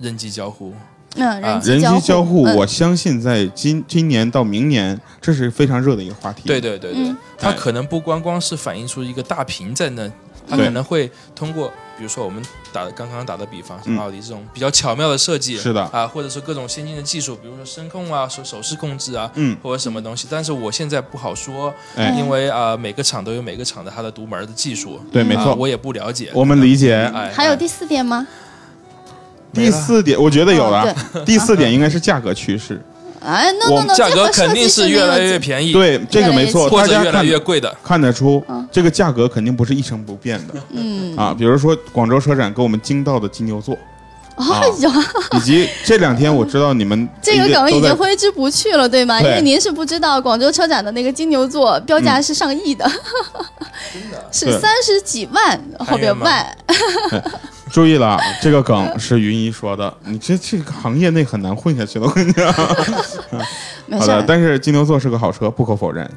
Speaker 3: 人机交互。
Speaker 2: 嗯
Speaker 3: 啊
Speaker 2: 机
Speaker 1: 人机交互，
Speaker 2: 嗯
Speaker 1: 我相信在今今年到明年，这是非常热的一个话题。
Speaker 3: 对，对对对，
Speaker 2: 嗯
Speaker 3: 它
Speaker 1: 哎
Speaker 3: 可能不光光是反映出一个大屏在那，它
Speaker 1: 对
Speaker 3: 可能会通过，比如说我们打的刚刚打的比方，像
Speaker 1: 嗯
Speaker 3: 奥迪这种比较巧妙的设计，
Speaker 1: 是的
Speaker 3: 啊，或者是各种先进的技术，比如说声控啊、手手势控制啊，
Speaker 1: 嗯
Speaker 3: 或者什么东西。但是我现在不好说，
Speaker 1: 哎
Speaker 3: 因为啊、每个厂都有每个厂的它的独门的技术，
Speaker 1: 对，没
Speaker 3: 啊
Speaker 1: 错，
Speaker 3: 我也不了解。
Speaker 1: 我们理解。
Speaker 3: 哎，
Speaker 2: 还有
Speaker 3: 哎
Speaker 2: 第四点吗？
Speaker 1: 第四点，我觉得有啊
Speaker 2: 哦
Speaker 3: 嗯
Speaker 1: 了。第四点应该是价格趋势，
Speaker 2: 哎，no
Speaker 3: 我
Speaker 2: no
Speaker 3: 们
Speaker 2: no，
Speaker 3: 价格
Speaker 2: 这和设计
Speaker 3: 肯定
Speaker 2: 是
Speaker 3: 是
Speaker 2: 没
Speaker 3: 越
Speaker 2: 有
Speaker 3: 来
Speaker 2: 关
Speaker 3: 越
Speaker 2: 系
Speaker 3: 便宜，，
Speaker 1: 对，这个
Speaker 2: 越来
Speaker 1: 没
Speaker 2: 越
Speaker 1: 错，
Speaker 2: 近
Speaker 1: 大
Speaker 3: 或者
Speaker 1: 家
Speaker 3: 越来
Speaker 1: 看
Speaker 3: 越贵的。
Speaker 1: 看得出
Speaker 2: 嗯，
Speaker 1: 这个价格肯定不是一成不变的。嗯啊，比如说广州车展给我们惊到的金牛 座，
Speaker 2: 哦，有啊
Speaker 1: 以及这两天我知道你们
Speaker 2: 这个梗
Speaker 1: 都
Speaker 2: 已
Speaker 1: 在
Speaker 2: 经挥之不去了，对吗？因
Speaker 1: 对
Speaker 2: 为您是不知道广州车展的那个金牛座标价是上亿的， 是
Speaker 3: 嗯
Speaker 1: 对
Speaker 2: 三十几万
Speaker 3: 哎
Speaker 2: 后边万，
Speaker 1: 注意 了，啊这个梗是云姨说的，你这这个行业内很难混下去的，我跟你讲。
Speaker 2: 没
Speaker 1: 好
Speaker 2: 事
Speaker 1: 的
Speaker 2: 儿，。
Speaker 1: 但是金牛座是个好车，不可否认。